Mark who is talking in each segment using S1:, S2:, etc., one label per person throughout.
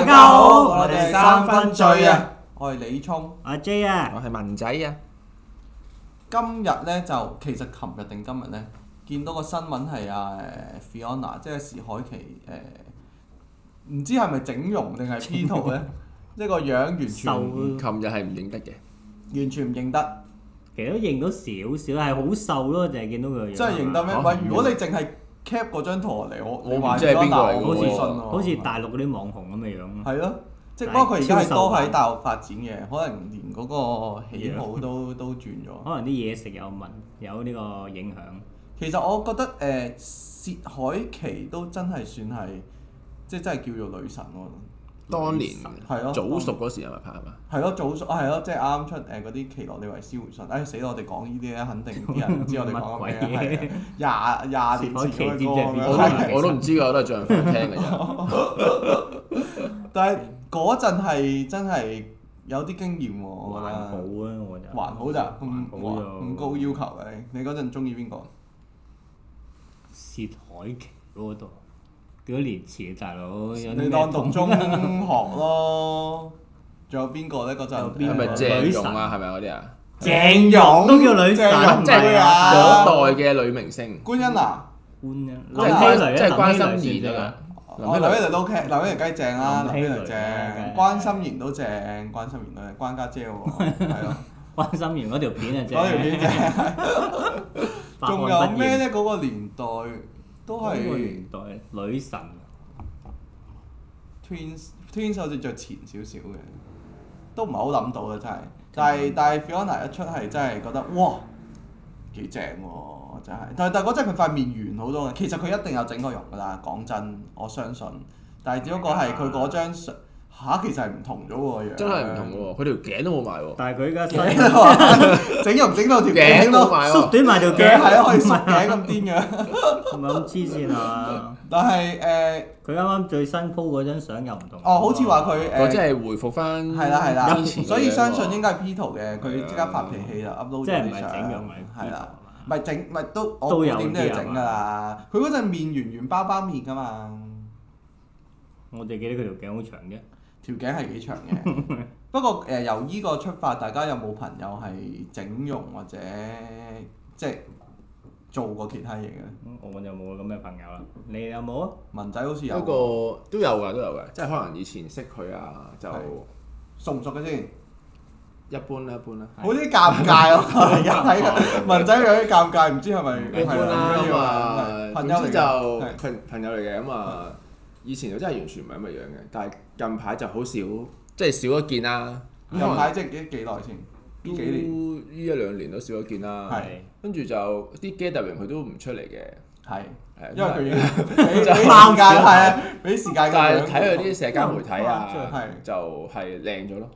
S1: 大
S2: 家
S1: 家
S2: 好
S1: 好，
S2: 我
S1: 我
S2: 哋
S1: 哋
S2: 三
S1: 三
S2: 分
S1: 分
S2: 醉
S1: 醉
S2: 啊
S1: 啊！
S2: 我係李聰，
S1: 阿 J 啊，
S3: 我係文仔啊，
S2: 今日咧就其實琴日定今日咧，見到個新聞係阿誒 Fiona，即係史海琪誒，唔知係咪整容 定係 P 圖咧？即係個樣完全
S1: 瘦
S2: 完
S3: 琴日係唔認得嘅，
S2: 全唔認得，
S1: 其實都認到少少，係好瘦咯，就係見到佢
S3: 啊
S1: 個樣。
S2: 真係認得咩？
S3: 嚇
S2: 喂，如果你淨係 cap 嗰張圖嚟，我
S3: 我嗯唔
S2: 你話
S3: 知係邊個
S2: Fiona，
S3: 嚟嘅
S2: 我好似
S3: 喎
S2: 信喎，
S1: 好似大陸嗰啲網紅咁嘅樣咯。
S2: 係咯，即係
S1: 但
S2: 不
S1: 係
S2: 過佢而家係
S1: 超瘦
S2: 多
S1: 版
S2: 喺大陸發展嘅，可能連嗰個喜好都都轉咗。
S1: 可能啲嘢食有問有呢個影響。
S2: 其實我覺得誒、呃、薛凱琪都真係算係，即係真係叫做女神喎。
S3: 當年
S2: 係咯
S3: 早熟嗰時係咪拍啊嘛？
S2: 係咯，早熟啊，係咯，即係啱啱出誒嗰啲奇洛李維斯回信，唉、死啦！我哋講呢啲咧，肯定啲人唔知我哋講緊咩
S1: 乜鬼嘢
S2: 啊係啊廿廿年前
S1: 薛凱琪知唔知係邊個
S2: 嗰
S3: 我
S2: 個歌
S3: 都
S2: 啊
S3: 唔
S2: 咁樣。
S3: 我都唔知啊㗎，我都係最近翻聽嘅啫。
S2: 但係嗰陣係真係有啲經驗喎，我覺
S1: 還好啊
S2: 得。，
S1: 我覺得。
S2: 還好咋，咁
S1: 還好
S2: 哇
S1: 就
S2: 咁高要求嘅。你嗰陣中意邊個？
S1: 薛凱琪嗰度幾多年前啊大佬，有啲
S2: 你
S1: 咩
S2: 當讀中學咯。仲有邊個咧？嗰陣
S1: 有邊
S3: 係
S1: 個
S3: 咪
S1: 女神
S3: 鄭融啊？係咪嗰啲啊？
S1: 鄭融都叫女神
S2: 鄭融
S1: 唔
S2: 即係
S1: 係
S2: 啊
S1: 啊？
S3: 嗰代嘅女明星，
S2: 官恩娜。
S1: 官人
S3: 即
S1: 林
S3: 係
S1: 熙蕾
S3: 關即
S1: 啊，
S3: 係關
S1: 林熙
S3: 心
S1: 蕾
S3: 妍
S1: 算
S3: 啊
S1: 啊
S3: 嘛。
S2: 哦，劉一玲都 OK，劉一玲梗係正啦，劉
S1: 劉一
S2: 一玲
S1: 玲
S2: 正
S1: 啊，
S2: 關心妍都正，關心妍都正，關家姐喎，係咯，
S1: 關心妍嗰條片啊，
S2: 嗰條
S1: 正。
S2: 片 正。
S1: 百看不厭
S2: 仲有咩？咧？嗰個年代都
S1: 嗰個
S2: 係哦
S1: 年代女神
S2: Twins，Twins 好似着前少少嘅，都唔係好諗到啦，真係。但係但係 Fiona 一出係真係覺得哇幾正喎，真係。但係但係嗰陣佢塊面圓好多嘅，其實佢一定有整過容㗎啦，講真，我相信。但係只不過係佢嗰張相嚇，其實係唔同咗喎個樣。
S3: 真係唔同喎，佢條頸都冇埋喎，
S1: 但係佢而家 身
S2: 整容整到條
S3: 頸
S2: 頸
S3: 都冇
S2: 都啊
S3: 埋
S1: 縮
S3: 喎。
S1: 短埋條
S2: 頸
S1: 頸，
S2: 係啊可以縮頸咁癲嘅，
S1: 唔係咁黐線啊！
S2: 但係誒，
S1: 佢啱啱最新 po 嗰張相又唔同。啊
S2: 哦，好似話佢
S3: 我真
S2: 誒，
S3: 係回復翻
S2: 係啦係啦，所以相信應
S3: 該
S2: 該係 P 圖嘅，佢即刻發脾氣啦，upload
S1: 即
S2: 咗
S1: 係唔
S2: 啲
S1: 係
S2: 相
S1: 整容嚟？
S2: 係啦，唔係整，唔係都我
S1: 啊都
S2: 估
S1: 有
S2: 點都
S1: 啲啊
S2: 要
S1: 係
S2: 整㗎
S1: 嘛
S2: 啦。佢嗰陣面圓圓包包面啊㗎嘛。
S1: 我哋記得佢條頸好長啫。
S2: 條頸係幾長嘅。 不過誒、呃由依個出發，大家有冇朋友係整容或者即係做過其他嘢嘅？
S1: 我就冇咁嘅朋友啦。你有冇啊？
S2: 文仔好似有
S3: 不過都有㗎，都有㗎，即係可能以前識佢啊，就
S2: 係熟唔熟嘅先？
S3: 一般啦，一般啦。
S1: 係
S2: 好啲尷尬咯， 而家睇緊文仔有啲尷尬，唔知係咪
S3: 一般啦
S2: 係
S3: 咁
S2: 啊
S3: 啊，
S2: 朋
S3: 總
S2: 友嚟
S3: 之
S2: 嘅
S3: 就
S2: 係
S3: 朋朋友嚟嘅咁啊，以前就真係完全唔係咁嘅樣嘅，但係近排就好少，即係少咗見啊啦。咁
S2: 近排啊即係幾幾耐先？呢幾年
S3: 呢一兩年都少咗見啦。
S2: 係
S3: 跟住就啲 gathering 佢都唔出嚟嘅，
S2: 係，
S3: 係
S2: 因為佢要
S3: 咁啊
S2: 俾俾時間
S1: 貓屎
S2: 係啊， 俾時間
S3: 但係
S2: 佢
S3: 但係睇佢啲社交媒體
S2: 係
S3: 啊，就係靚咗咯，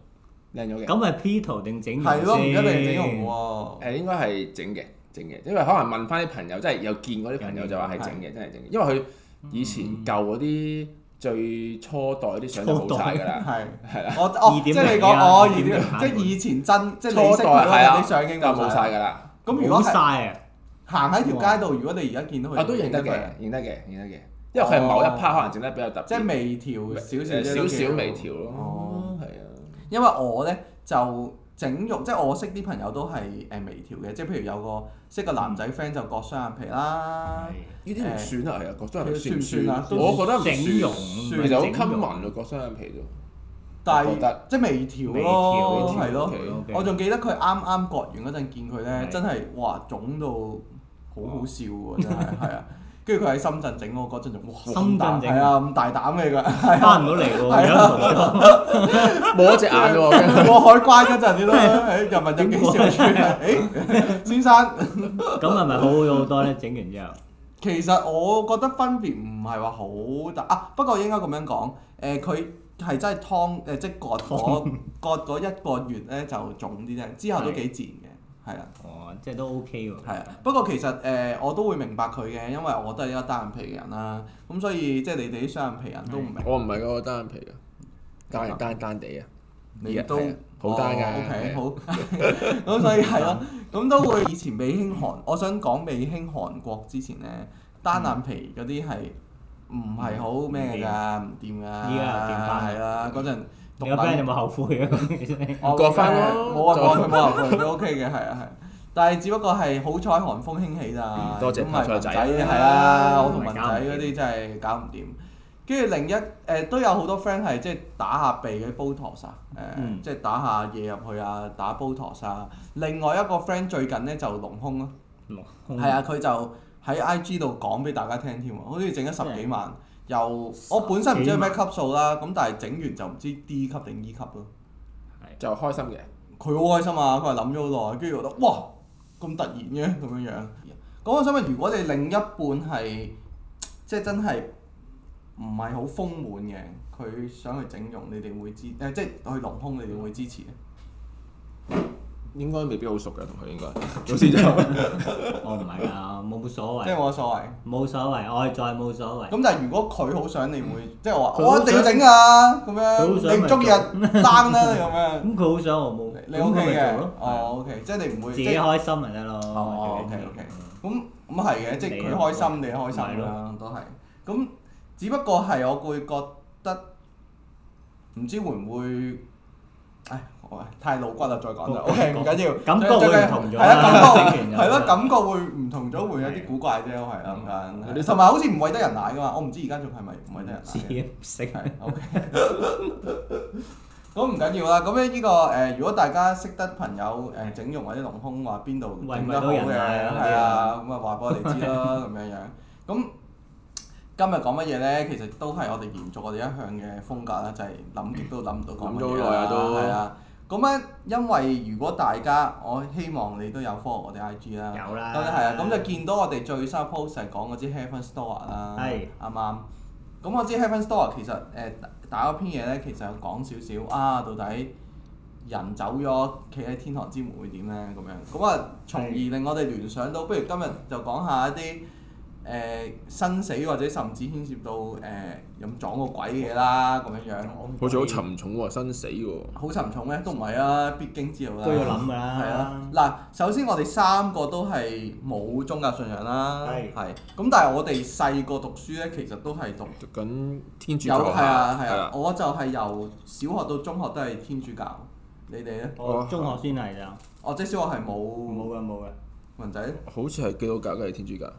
S3: 靚咗嘅。
S1: 咁係 P 圖定整容
S2: 係咯，唔一定
S1: 先
S2: 整容喎。
S3: 誒應該係整嘅，整嘅，因為可能問翻啲朋友，即係有見過啲朋友就話係整嘅，真係整嘅，因為佢以前舊嗰啲最初代啲相就冇晒㗎啦。
S2: 係
S3: 係
S2: 啦，我哦，
S1: 2.0
S2: 即係你講
S3: 啊
S2: 我二
S1: 2.0
S2: 點零，即係以前真即係你
S3: 初
S2: 識
S3: 代
S2: 佢
S3: 係
S2: 嗰
S3: 啊，
S2: 啲相已經
S3: 就冇
S2: 冇
S3: 晒
S2: 晒。
S3: 㗎啦。
S2: 咁如果
S1: 冇
S2: 係
S1: 曬啊！
S2: 行喺條街度，如果你而家見到佢，
S3: 啊，都認得嘅，認得嘅，認得嘅，因為佢係某一 part 可能整得比較特別，
S2: 即係微調少少啫
S3: 少
S2: 都
S3: 少
S2: 叫
S3: 微調
S2: 哦
S3: 咯。係啊，
S2: 因為我咧就整容，即係我識啲朋友都係誒微調嘅，即係譬如有個識個男仔 friend 就割雙眼皮啦，
S3: 呢啲唔算啊，係啊，割雙眼皮
S2: 算唔
S3: 算唔
S2: 算
S3: 算
S2: 啊
S3: 啊？
S2: 都
S3: 我覺得唔
S1: 整容
S3: 算，其實好 common
S1: 咯。
S3: 啊，割雙眼皮 都。
S2: 但
S3: 我覺
S2: 係
S3: 得
S2: 即係微調
S1: 微
S2: 咯，
S1: 調
S2: 係咯。
S3: 微調
S2: 我仲記得佢啱啱割完嗰陣見佢咧，
S1: 係
S2: 真係哇腫到好好笑喎，真係係 啊！跟住佢喺深圳整我嗰陣仲哇
S1: 深
S2: 咁大
S1: 圳整
S2: 係啊咁大膽嘅㗎，
S1: 翻唔到嚟喎，而家冇咗
S3: 冇一隻眼喎，
S2: 過海關 嗰陣你都誒人民入境小處啊誒先生，
S1: 咁係咪好咗好多咧？整完之後，
S2: 其實我覺得分別唔係話好大啊，不過應該咁樣講誒佢。係真係 劏誒，即係割嗰割嗰一個月咧就腫啲啫，之後都幾自然嘅，係啦。
S1: 哦，即係都 OK 喎。
S2: 係啊，不過其實誒、呃我都會明白佢嘅，因為我都係一個單眼皮嘅人啦。咁所以即係你哋啲雙眼皮人都唔明，
S3: 我唔係嗰個單眼皮嘅，單單單地啊。
S2: 你都
S3: 係啊啊好單㗎
S2: O K，好。 咁所以係咯，咁都會以前美興韓，我想講美興韓國之前咧，單眼皮嗰啲係唔係好咩㗎，唔掂㗎，
S1: 嗯依家又掂返
S2: 係啦，嗰陣
S1: 你個 friend 有
S2: 撚
S1: 冇後悔啊？
S2: 我
S3: 割返咯
S2: 冇啊
S3: 就
S2: 冇啊，佢冇後悔，佢 OK 嘅，係啊係。但係只不過係好彩寒風興起咋，
S3: 多謝
S2: 如果唔係
S3: 拍錯仔啊
S2: 文係啊，我同
S1: 唔係搞唔掂
S2: 文仔嗰啲真係搞唔掂。跟住另一誒、都有好多 friend 係即係打下鼻嗰啲 Botox 啊，誒、
S1: 嗯
S2: 即係打下嘢入去啊，打 Botox 啊。另外一個 friend 最近咧就隆胸咯。係啊，佢就喺 IG 度講俾大家聽添喎，好似整咗十幾萬，又我本身唔知係咩級數啦，咁但係整完就唔知 D 級定 E 級咯。
S3: 就開心嘅。
S2: 佢好開心啊！佢話諗咗好耐，跟住覺得哇咁突然嘅咁樣樣。咁我想問，啊如果你另一半係即係真係唔係好豐滿嘅，佢想去整容，你哋會支誒、即係去隆胸，你哋會支持咧？
S1: 嗯
S3: 應該未必好熟嘅，同佢應該，總之就係
S1: 我唔係啊，冇所
S2: 即係
S1: 謂，
S2: 冇所謂。
S1: 冇所謂，愛再冇所謂。
S2: 咁但係如果佢好想，你會即係我話
S1: 嗯
S2: 哦
S1: 佢好
S2: 我一定要整啊咁樣，
S1: 佢好想咪
S2: 你唔中意啊單啦咁樣，
S1: 咁佢好想我冇，
S2: 你
S1: 咁
S2: OK
S1: 佢咪
S2: 嘅
S1: 做咯，啊
S2: 哦 OK，即係你唔會
S1: 自己
S2: 即係
S1: 開心咪得咯。
S2: 哦
S1: 最緊
S2: OK
S1: 要
S2: OK，咁咁係嘅，即係
S1: 你
S2: 佢
S1: 又
S2: 開心你開心
S1: 咪
S2: 啦
S1: 咯，
S2: 都係。咁只不過係我會覺得唔知會唔會。唉，我太露骨啦，再講就 OK，唔緊要。
S1: 感覺
S2: 最
S1: 會
S2: 最緊
S1: 唔同咗
S2: 係啦，
S1: 啦
S2: 感
S1: 整完 嗯就
S2: 覺
S1: 覺
S2: 係咯，
S1: 得
S2: 感覺會唔同咗，會有啲古怪啫，係啦咁樣。同埋好似唔喂得人奶噶嘛，我唔知而家仲係咪唔喂得人
S1: 嗯
S2: 奶
S1: 自
S2: 嘅。
S1: 己唔識。
S2: 係啊 OK。咁唔緊要啦，咁咧呢個誒、如果大家識得朋友誒、整容或者隆胸話邊度整得好
S1: 喂咪都
S2: 嘅，
S1: 人啊嗰啲啊
S2: 係啊，咁啊話俾我哋知啦 咁樣樣。咁今日講乜嘢咧？其實都係我哋延續我哋一向嘅風格啦，就係諗極都諗唔到講乜嘢
S3: 諗咗好耐啊都
S2: 係啊。咁咧，因為如果大家，我希望你都有 follow 我哋 IG 啦。
S1: 有啦
S2: 咁咧係啊，咁就見到我哋最新嘅 post 係講嗰支 Heaven Store 啦，
S1: 係
S2: 啱唔啱？咁我知 Heaven Store 其實誒、打嗰篇嘢咧，其實有講少少啊，到底人走咗，企喺天堂之門會點咧？咁樣咁啊，從而
S1: 係
S2: 令我哋聯想到，不如今日就講下一啲誒、生死或者甚至牽涉到誒有冇撞過鬼嘢啦，咁樣樣
S3: 好似好沉重喎，生死喎。
S2: 好沉重咩？都唔係啊，必經之路啦。
S1: 都要諗㗎啦
S2: 係啊，嗱，首先我哋三個都係冇宗教信仰啦，
S1: 係
S2: 係咁，但係我哋細個讀書咧，其實都係讀。
S3: 讀緊天主
S2: 有
S3: 教
S2: 係啊係
S3: 係
S2: 啊
S3: 啦，
S2: 我就係由小學到中學都係天主教，你哋咧？
S1: 我中學先嚟咋，
S2: 我即係小學係冇
S1: 冇嘅冇嘅。
S2: 文仔，
S3: 好似係基督教嘅天主教。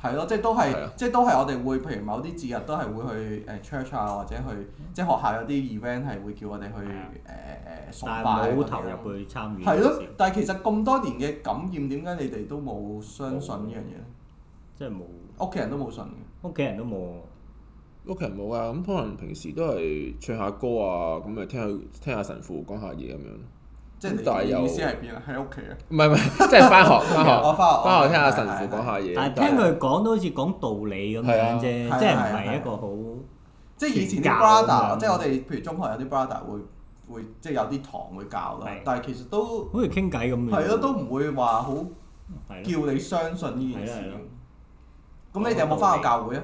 S2: 係咯，即係都係
S3: 係啊
S2: 即係都係我哋會，譬如某啲節日都係會去誒 church 啊，或者去即係學校有啲 event 係會叫我哋去
S1: 係啊
S2: 誒誒崇拜
S1: 但
S2: 啊
S1: 係
S2: 嗰
S1: 冇
S2: 啲
S1: 投入去參與。
S2: 係咯，，但係其實咁多年嘅感染，點解你哋都冇相信呢樣嘢咧？
S1: 即係冇，
S2: 屋企人都冇信嘅，
S1: 屋企人都冇。
S3: 屋企人冇啊，咁可能平時都係唱下歌啊，咁咪聽下聽下神父講下嘢咁樣。
S2: 即係你
S3: 但係
S2: 嘅
S3: 又
S2: 意思係邊啊？喺屋企啊？
S3: 唔係唔係，即係翻學翻
S2: 我
S3: 學
S2: 返學
S3: 翻學聽下
S2: 係
S3: 神
S2: 係
S3: 父講下嘢。
S1: 但係聽佢講都好似講道理咁
S3: 係啊
S1: 樣啫，
S2: 係啊
S1: 即係唔
S2: 係啊
S1: 係一個好
S2: 即係以前啲
S1: 教
S2: brother，
S1: 咁樣
S2: 即係我哋譬如中學有啲 brother 會會即係有啲堂會教啦
S1: 係，
S2: 但係其實都
S1: 好似傾偈咁樣。
S2: 係咯，都唔會話好
S1: 係咯
S2: 叫你相信呢件
S1: 係啊
S2: 事
S1: 咯係咯。
S2: 咁你哋有冇翻過教會啊？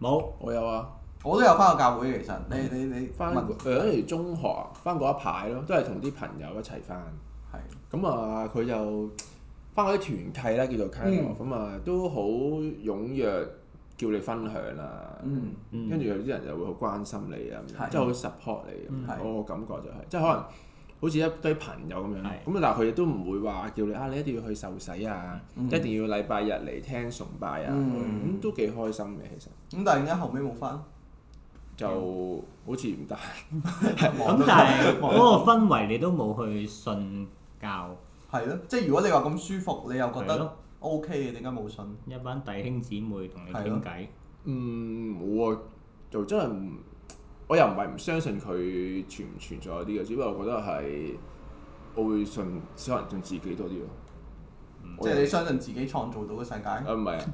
S1: 冇。
S3: 我有啊，
S2: 我都有翻過教會，其實你你你
S3: 翻
S2: 問
S3: 誒嗰時中學啊翻過一排咯，都係同啲朋友一齊翻。
S2: 係
S3: 咁啊，佢就翻嗰啲團契啦，叫做 kind of，咁啊都好踴躍叫你分享啊啦。
S2: 嗯
S1: 嗯
S3: 跟住有啲人就會好關心你啊，咁
S2: 係
S3: 樣即係好 support 你咁
S2: 嗯
S3: 樣。我個感覺就係，即係可能好似一堆朋友咁樣。
S1: 係
S3: 咁但係佢哋都唔會話叫你啊，你一定要去受洗啊，
S2: 嗯
S3: 一定要禮拜日嚟聽崇拜啊，
S2: 嗯
S3: 咁都幾開心嘅其實。
S2: 咁，但係點解後尾冇翻？
S3: 就
S2: 嗯
S3: 好似唔得，
S2: 咁
S1: 咁但係嗰個氛圍你都冇去信教，
S2: 係咯，即係如果你話咁舒服，你又覺
S1: 係
S2: 得
S1: 咯
S2: OK 嘅，點解冇信？
S1: 一班弟兄姊妹同你傾偈，
S3: 嗯冇啊，就真係唔，我又唔係唔相信佢存唔存在嗰啲嘅，只不過我覺得係我會信，可能信自己多啲咯。
S2: 即
S3: 我又
S2: 係你相信自己創造到嘅世 界。
S3: 啊唔係啊。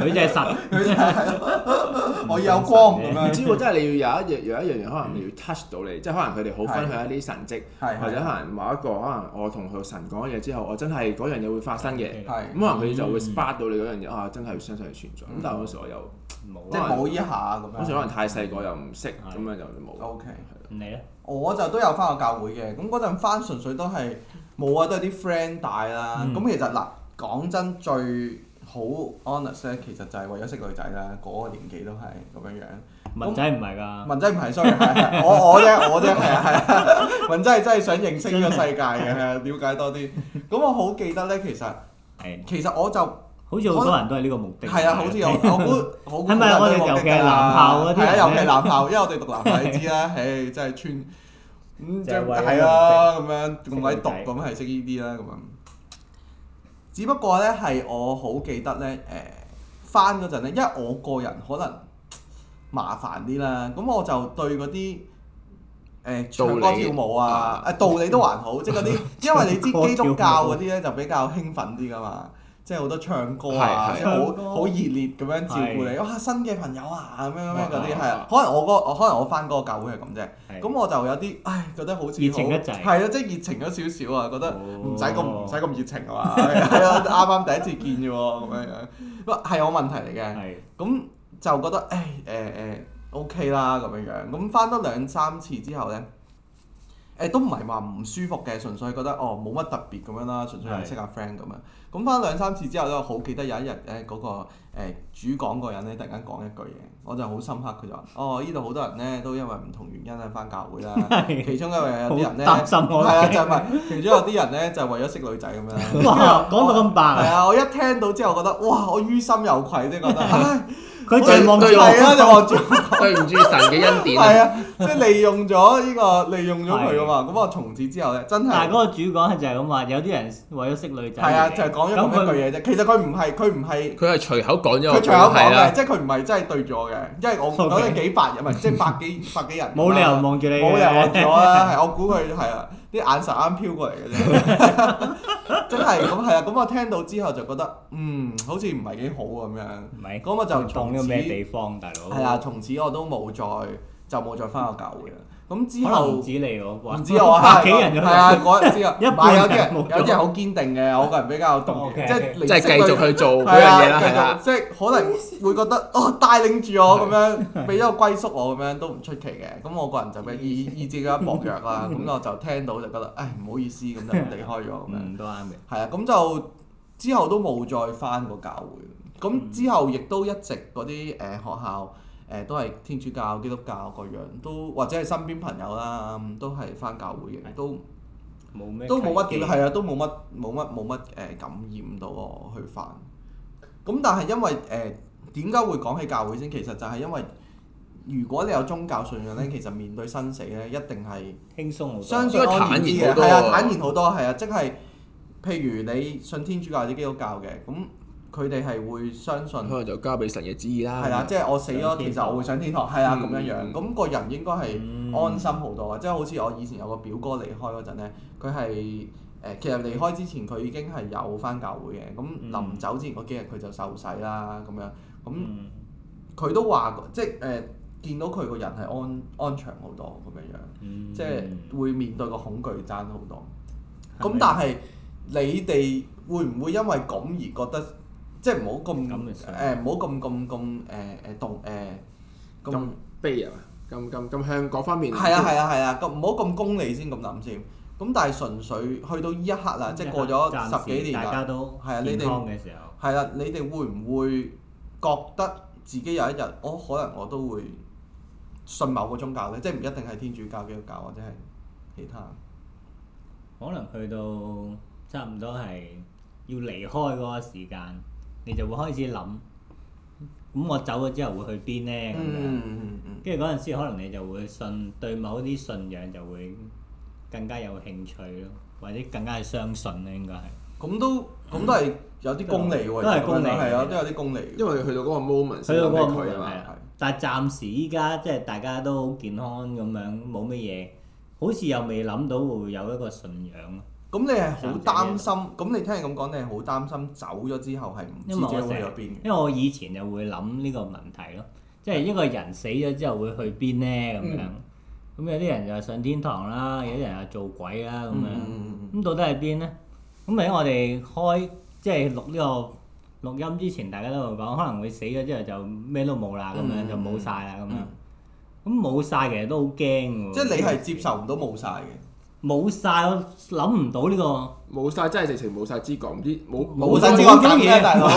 S1: 佢就係實，
S2: 佢就係我有光咁
S3: 唔
S2: 樣，
S3: 知喎，真係你要有一樣有一樣嘢，可能你要 touch 到你，即係可能佢哋好分享一啲神跡，
S2: 嗯係
S1: 啊
S3: 或者可能某一個可能我同佢神講嘢之後，我真係嗰樣嘢會發生
S1: 係
S3: 嘅，
S2: 係
S3: 咁可能佢就會
S1: 嗯
S3: spark 到你嗰樣嘢啊，真係相信佢存
S2: 嗯
S3: 在。咁但係嗰時我又
S1: 冇
S2: 即係
S1: 啊。
S2: 冇依下咁樣。
S3: 嗰時可能太細個又唔識，
S1: 係
S3: 咁樣就冇。
S2: O K，
S1: 你咧？
S2: 我就都有翻過教會嘅，咁嗰陣翻純粹都係冇啊，都係啲 friend 帶啦。
S1: 嗯
S2: 咁、其實嗱，講真最好好 honest 咧，其實就係為咗識女仔啦，嗰、個年紀都係咁樣樣。
S1: 文仔唔係㗎，
S2: 文真唔係 sorry，係係我我啫，我啫係啊係啊，文真係真係想認識呢個世界嘅，係 啊了解多啲。咁我好記得咧，其實
S1: 係
S2: 其實我就
S1: 好似好多人都係呢個目的。
S2: 係啊，好似 有我估，我估
S1: 係咪我哋尤其係男校嗰啲
S2: 係啊，
S1: 人
S2: 尤其
S1: 咧
S2: 係男校，因為我哋讀 男校你知啦，唉，真係穿咁即
S1: 就係為咗
S2: 係啦，咁樣咁鬼毒
S1: 識女
S2: 咁係識呢啲啦，咁樣。只不過咧係我好記得咧，誒翻嗰陣咧，因為我個人可能麻煩啲啦，咁我就對嗰啲。誒唱歌
S3: 道理
S2: 跳舞啊，誒道理都還好，即係嗰 啲，因為你知基督教嗰啲咧就比較興奮啲噶嘛，即係好多唱歌啊，
S3: 係係
S2: 即係好
S1: 唱歌
S2: 好熱烈咁樣照顧你，
S1: 係
S2: 哇新嘅朋友啊咁樣咁樣嗰啲
S3: 哇
S2: 係啊，可能我個可能我翻嗰個教會係咁啫，
S1: 係
S2: 咁我就有啲唉覺得好似好
S1: 熱情得滯
S2: 係啊，即係熱情咗少少啊，覺得
S1: 哦
S2: 唔使咁唔使咁熱情啊嘛， 係啊，啱啱第一次見啫喎咁樣樣，不過係我問題嚟嘅。
S1: 係
S2: 咁就覺得誒誒誒 OK 啦咁樣樣，咁翻多兩三次之後咧，誒、都唔係話唔舒服嘅，純粹覺得哦冇乜特別咁樣啦，純粹係
S1: 係
S2: 識下 friend 咁樣。咁翻兩三次之後咧，我好記得有一日咧嗰個、誒主講嗰個人咧突然間講一句嘢，我就好深刻。佢就話：哦，呢度好多人咧都因為唔同原因咧翻教會 啦，
S1: 係
S2: 其中因為有啲人咧
S1: 好擔心我
S2: 係啊，就係、其中有啲人咧就係為咗識女仔咁樣啦。
S1: 哇講到咁白
S2: 係
S1: 啊！
S2: 啊！我一聽到之後覺得哇，我於心有愧，即係覺得唉。
S1: 啊佢就係望住
S3: 對
S2: 係啊，
S1: 我，
S2: 就望住我，
S3: 對唔住神嘅 恩典
S2: 係
S3: 啊！
S2: 啊，即係利用咗呢個，利用咗佢啊嘛。咁我從此之後咧，真
S1: 但係嗰
S2: 係
S1: 個主講就係咁話，有啲人為咗識女仔而嚟，
S2: 係啊，就係講咗咁一句
S1: 佢
S2: 嘢啫。其實佢唔係，佢唔係，
S3: 佢係隨口講咗
S2: 佢
S3: 個
S2: 隨口講
S3: 係
S2: 嘅，
S3: 啦，
S2: 即係佢唔係真係對住我嘅，因為我
S1: 啊 OK
S2: 講咗幾百人，唔係即係百幾 百幾人。
S1: 冇理由望住你嘅
S2: 冇理由望住我啦。係我估佢係啊，啲眼神啱飄過嚟嘅啫。 真係咁係啊！咁我聽到之後就覺得，嗯，好似唔係幾好咁樣。
S1: 唔係
S2: 咁我就
S1: 佢當
S2: 從
S1: 呢個
S2: 此
S1: 咩地方，大佬
S2: 係啊，，從此我都冇再就冇再翻過教會啦。咁之
S1: 可能唔
S2: 後。
S1: 止你我話，
S2: 唔知 我
S1: 百幾人
S2: 係啊，嗰日 之後，
S1: 一
S2: 唔
S1: 半
S2: 係有啲人
S1: 人冇咗哦
S2: 有啲人好堅定嘅，我個人比較動嘅，
S1: OK，
S2: 即係你
S3: 即係
S2: 識
S3: 繼續
S2: 佢
S3: 去做
S2: 係
S3: 嗰樣
S2: 啊
S3: 嘢啦，
S2: 繼
S3: 係啦
S2: 續。即係可能會覺得哦帶領住我咁樣，俾咗個歸宿我咁樣都唔出奇嘅。咁我個人就比意意志比較薄弱 啦，咁我就聽到就覺得唉唔好意思咁就離開咗咁樣。
S1: 嗯都啱嘅，
S2: 係啊，咁就之後都冇再翻過教會。
S1: 嗯
S2: 咁之後亦都一直嗰啲誒學校誒、都係天主教、基督教個樣，都或者係身邊朋友啦，嗯都係翻教會嘅，
S1: 係
S2: 都
S1: 冇咩
S2: 都冇乜
S1: 契機
S2: 點係啊，都冇乜冇乜冇乜誒感染到我去翻。咁但係因為誒點解會講起教會先？其實就係因為如果你有宗教信仰咧，其實面對生死咧，一定係。
S1: 輕鬆好多。
S2: 相信
S3: 應該
S2: 安然啲嘅，
S3: 坦
S2: 係
S3: 然好多
S2: 啊，
S3: 喎
S2: 坦然好多，係啊，即係譬如你信天主教或者基督教嘅，咁佢哋係會相信
S3: 可能就交俾神嘅旨意啦。
S2: 係啊啦，即係我死咗，
S1: 上
S2: 其
S1: 天堂
S2: 實我會上天堂，係啊，
S3: 嗯
S2: 咁樣樣，
S3: 嗯
S2: 咁個人應該
S1: 嗯
S2: 係安心好多啊，即係好似我以前有個表哥離開嗰陣咧，佢係。誒，其實離開之前佢已經係有翻教會嘅，咁
S1: 嗯
S2: 臨走之前嗰幾日佢就受洗啦，咁樣，咁
S1: 嗯
S2: 佢都話即係誒、見到佢個人係安安詳好多咁樣樣。
S1: 嗯
S2: 即係會面對個恐懼爭好多。
S1: 嗯係
S2: 咁
S1: 咪
S2: 但係你哋會唔會因為咁而覺得，即係唔好咁
S1: 咁嘅事
S2: 誒，唔好咁咁咁誒誒動誒咁
S3: 咁悲啊，咁咁咁向嗰方面
S2: 係啊係啊係啊，咁唔好咁功利先咁諗先。咁但係純粹去到呢一刻啊啦，即係過咗
S1: 嗯暫
S2: 十幾
S1: 時
S2: 年
S1: 大家
S2: 啦，
S1: 都
S2: 係啊你哋
S1: 健康嘅時候，
S2: 係啦，你哋會唔會覺得自己有一日，我可能我都會信某個宗教咧，即係唔一定係天主教、基督教或者係其他。
S1: 可能去到差唔多係要離開嗰個時間，你就會開始諗，咁我走咗之後會去邊呢？咁樣。
S2: 嗯嗯嗯。
S1: 跟住嗰陣時，可能你就會信對某啲信仰就會更加有興趣咯，或者更加係相信咧，應該係。
S2: 咁都咁都係有啲功利喎，
S1: 嗯都係功利
S2: 係啊，都有啲功利嘅。
S3: 因為去到嗰個 moment
S1: 去
S3: 先
S1: 到
S3: 諗
S1: 嗰
S3: 起
S1: 個
S3: 佢
S1: moment
S3: 啊
S1: 係
S3: 嘛。
S1: 啊，但係暫時依家即係大家都好健康咁樣，冇乜嘢，好似又未諗到會有一個信仰咯。
S2: 咁你係好擔心，咁你聽你咁講，你係好擔心走咗之後係唔知
S1: 因為
S2: 自己
S1: 我
S2: 會
S1: 成
S2: 去
S1: 日
S2: 咗邊嘅。
S1: 因為我以前就會諗呢個問題咯，即係一個人死咗之後會去邊呢？咁樣。
S2: 嗯
S1: 咁、有啲人就上天堂啦，有啲人又做鬼啦咁樣。
S2: 嗯
S1: 咁到底係邊呢？咁喺我哋開即係錄呢個錄音之前，大家都會講，可能會死咗之後就咩都冇啦，咁
S2: 嗯
S1: 樣就冇晒啦，咁樣
S2: 嗯。
S1: 咁冇晒其實都好驚喎。
S2: 即係你係接受唔到冇晒嘅，
S1: 冇晒，我諗唔到呢個，
S3: 冇晒真係直情冇晒知覺，唔知冇
S1: 冇
S2: 冇晒
S1: 晒知
S2: 知覺
S1: 覺
S2: 感
S1: 感
S2: 嘅
S1: 嘅
S2: 大
S1: 大
S2: 佬，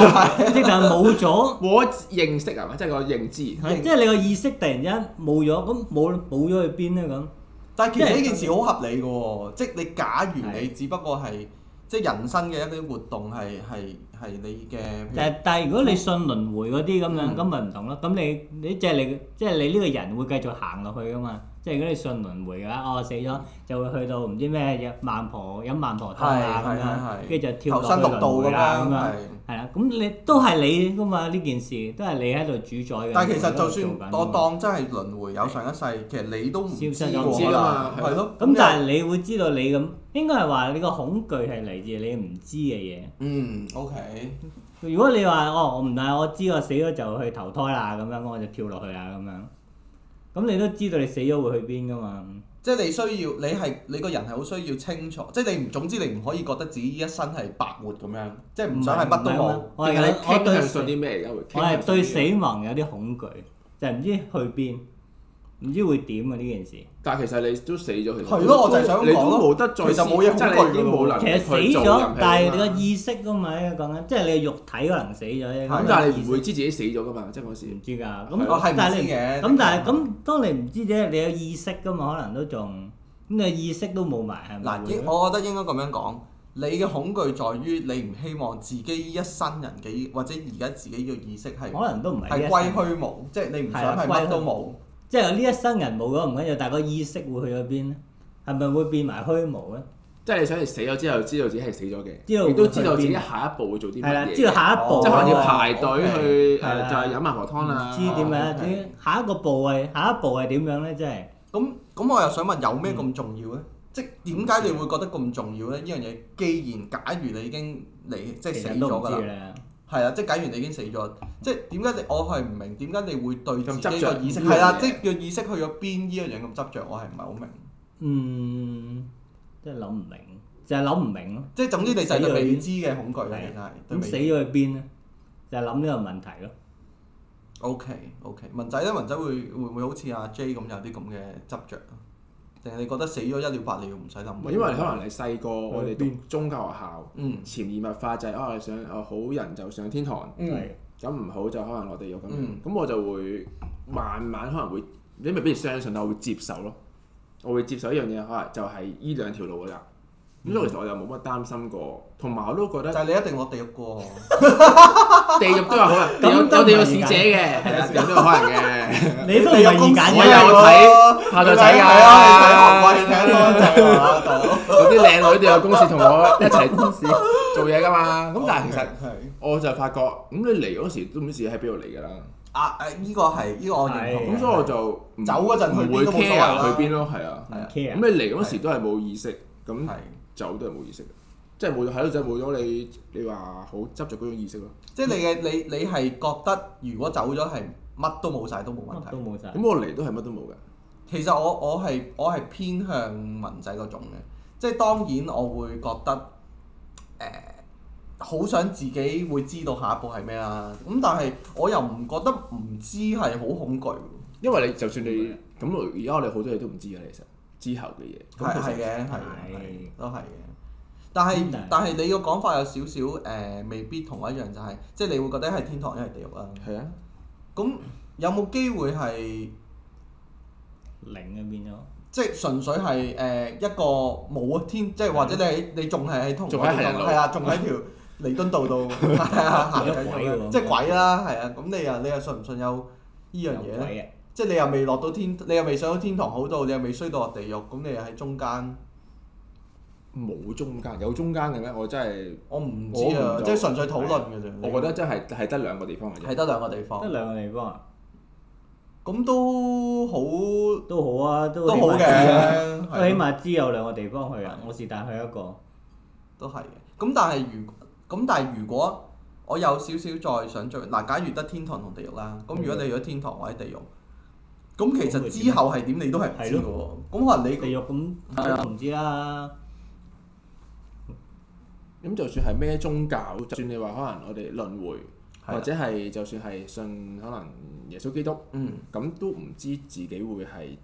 S1: 即係但係冇咗。
S3: 我認識係嘛，即係個認知。
S1: 係，即係你個意識突然之間冇咗，咁冇冇咗去邊咧咁？
S2: 但係其實呢件事好合理嘅喎，即係你假如你只不過係即係人生嘅一啲活動係係係你嘅，譬
S1: 但係但係如果你信輪迴嗰啲咁
S2: 嗯
S1: 樣，咁咪唔同咯。咁你你即係你即係你呢個人會繼續行落去噶嘛？即係如果你信輪迴嘅話，哦死咗就會去到唔知咩嘢孟婆飲孟婆湯啊
S2: 係係係
S1: 咁
S2: 係
S1: 樣，跟住就
S2: 如
S1: 跳
S2: 投
S1: 落
S2: 身
S1: 去
S2: 六道
S1: 輪迴
S2: 咁
S1: 啦
S2: 樣
S1: 咁樣
S2: 係。。
S1: 係啦，咁你都係你噶嘛？呢件事都係你喺度主宰嘅。
S2: 但係其實
S1: 你喺度
S2: 就
S1: 做緊
S2: 算
S1: 㗎嘛
S2: 我當真係輪迴有上一世，其實你都唔知
S1: 消失咗
S2: 㗎啦，
S3: 唔知㗎嘛
S2: 係咯。
S1: 咁，但係你會知道你咁應該係話你個恐懼係嚟自你唔知嘅嘢。
S2: 嗯，OK，
S1: 如果你話哦，我唔係我知我死咗就去投胎啦，咁樣我就跳落去啦，咁樣。咁你都知道你死咗會去邊噶嘛？
S2: 即係你需要，你係你個人係好需要清楚，即係你唔總之你唔可以覺得自己一生係白活咁樣，即係唔想係乜
S1: 唔係
S2: 都
S1: 啊
S2: 冇
S1: 嘛。我係
S3: 定係
S1: 有
S3: 你
S1: 我
S3: 傾
S1: 對
S3: 向
S1: 死
S3: 信啲咩而家會？
S1: 我係對死亡有啲恐懼，就係唔知去邊，唔知會點啊呢件事。
S3: 但係其實你都死咗，其實
S2: 係咯我就係想講咯
S3: 你都冇得再思，
S2: 其實冇嘢
S3: 即係
S2: 恐懼
S3: 你已經冇能
S1: 其
S3: 力
S1: 實死
S3: 去做任
S1: 咗
S3: 何，
S1: 但係
S3: 嘢
S1: 你個
S3: 嘛
S1: 意識噶嘛，講緊即係你個肉體可能死咗，
S3: 咁但係你唔會哦知自己死咗噶嘛？即係嗰時
S1: 唔知㗎。
S2: 我哦係
S1: 咁
S2: 唔
S1: 但
S2: 知
S1: 係你
S2: 嘅。
S1: 咁但係咁，當你唔知啫，你有意識噶嘛，可能都仲咁你意識都冇埋係咪
S2: 嗱，
S1: 會
S2: 應
S1: 咧？
S2: 我覺得應該咁樣講，你嘅恐懼在於你唔希望自己一生人嘅或者而家自己嘅意識係
S1: 可能都唔係呢
S2: 係
S1: 一
S2: 歸
S1: 世
S2: 虛無，即係你唔
S1: 係啊
S2: 想
S1: 啦
S2: 係乜都冇。
S1: 即係呢一生人冇咗唔緊要，但係個意識會去咗邊咧？係咪會變埋虛無咧？
S3: 即係你想你死咗之後，知道自己係死咗
S1: 知道
S3: 嘅，
S1: 會
S3: 亦都知道自己下一步會做啲乜
S1: 係啦，
S3: 嘢，
S1: 知道下一
S2: 哦
S1: 步，
S3: 即係可能要
S2: 拍
S3: 排隊去
S1: 係
S3: 誒，
S1: 啦
S3: 就係飲孟婆湯啊啦。
S1: 知點
S2: 哦
S1: 樣？
S2: À, ，OK
S1: 點下一個部位，下一步係點樣咧？即係
S2: 咁咁，我又想問有咩咁重要咧？即係點解你會覺得咁重要咧？呢樣嘢，既然假如你已經離即係
S1: 其
S2: 死
S1: 實
S2: 咗
S1: 都唔
S2: 㗎
S1: 知
S2: 啦，
S1: 啦。
S2: 係啊，即係假如你已經死咗，即係點解你我係唔明點解你會對自
S3: 咁
S2: 己
S3: 執
S2: 個
S3: 着
S2: 意識
S3: 呢樣嘢
S2: 係啦，即係個意識去咗邊呢樣嘢咁執着，我係唔係好明？
S1: 嗯，即係諗唔明，就係諗唔明咯。
S2: 即係總之你就係對未知嘅恐懼啦，
S1: 係
S2: 其實係對
S1: 咁
S2: 未
S1: 死
S2: 知。
S1: 咗去邊咧？就係諗呢個問題咯。
S2: O K O K，文仔咧，文仔會會唔會好似阿 J 咁有啲咁嘅執着？啊？定係你覺得死咗一了百了唔使
S3: 唔
S1: 嗯
S2: 諗？
S3: 係因為可能你細個，我哋讀宗教學校，
S2: 嗯
S3: 潛移默化就係啊，你想啊好人就上天堂，
S2: 嗯
S1: 係
S3: 咁唔好就可能落地獄咁
S2: 嗯
S3: 樣。咁我就會慢慢可能會，你未必相信，但我會接受咯。我會接受一樣嘢，可能就係呢兩條路㗎啦。咁
S2: 嗯
S3: 所以其實我就冇乜擔心過，同埋我都覺
S2: 就
S3: 得
S2: 係你一定落地獄過，
S3: 地獄都有可能，有
S1: 咁都
S3: 有
S1: 唔
S3: 地獄
S1: 係
S3: 使
S1: 易
S3: 者
S1: 揀
S3: 嘅，係啦，有都有可能嘅。
S2: 啊
S1: 啊你都唔係易揀
S3: 我
S1: 嘅，
S3: 有睇炮
S2: 炮
S3: 仔仔㗎，
S2: 係啊，你睇韓國戲睇多就係大佬。
S3: 有啲靚女都有公事同我一齊做嘢㗎嘛。咁但係其實
S2: 係
S3: 我就發覺，咁你嚟嗰時都唔知自己喺邊度嚟㗎啦。
S2: 啊誒，呢個係呢個我認
S1: 係
S2: 同。
S3: 咁所以我就唔
S2: 走嗰陣去
S3: 唔
S2: 邊
S3: 會
S2: 都冇所謂啦
S3: care 去邊咯，係啊。
S1: 唔
S3: 咁
S1: care。
S3: 你嚟嗰時都係冇意識，咁
S2: 係
S3: 走都係冇意識嘅，即係冇咗喺度，即係冇咗你你話好執着嗰種意識咯。
S2: 即係你嘅你你係覺得如果走咗係乜都冇晒都冇問
S1: 乜都
S2: 題。
S1: 冇晒
S3: 咁。我嚟都係乜都冇嘅，
S2: 其實我我係我係偏向文仔嗰種嘅，即係當然我會覺得誒好、想自己會知道下一步係咩啦。咁但係我又唔覺得唔知係好恐懼喎，
S3: 因為你就算你咁，我而家我哋好多嘢都唔知嘅，其實之後嘅嘢。
S2: 係
S3: 咁其實
S2: 係嘅，係嘅
S1: 係
S2: 係都係嘅。但係
S1: 咁
S2: 但係你個講法有少少誒，未必同我一樣，就係、即係你會覺得係天堂一係地獄啦。
S3: 係啊，
S2: 咁有冇機會係
S1: 零啊變咗。
S2: 即係純粹係誒、呃一個冇啊天，即係或者你喺你仲係喺同一
S3: 仲喺
S2: 個地
S3: 行人
S2: 方
S3: 路
S2: 係啊，仲喺條彌敦道度 係啊行緊
S1: 有鬼
S2: 咁樣
S1: 喎
S2: 即係鬼啦，係啊。咁你又你又信唔信有呢樣嘢
S1: 有
S2: 咧？
S1: 鬼啊！
S2: 即係你又未落到天，你又未上到天堂好到，你又未衰到落地獄，咁你又喺中間。
S3: 冇中間，有中間嘅咩？我真係
S2: 我唔知
S3: 我
S2: 啊
S3: 唔，到
S2: 即係純粹討論嘅啫。
S3: 我覺得真係係得兩個地方嘅啫
S2: 係。得兩個地
S1: 得
S2: 方，
S1: 兩個地方啊，
S2: 咁都好
S1: 都好啊，都
S2: 都好
S1: 起碼知啊
S2: 嘅，
S1: 都起
S2: 係
S1: 碼知有兩個地方去啊！我是但去一個，
S2: 都係嘅。咁但係如咁但係如果我有少少再想像，嗱，假如得天堂同地獄啦，咁如果你去咗天堂或者地獄，咁其實之後係點你都係唔知嘅
S1: 係
S2: 喎。咁可能你啊
S1: 地獄咁我唔知啦。
S3: 咁就算係咩宗教，就算你話可能我哋輪迴，
S2: 係啊
S3: 或者係就算係信可能耶穌基督，
S2: 嗯
S3: 咁都唔知自己會係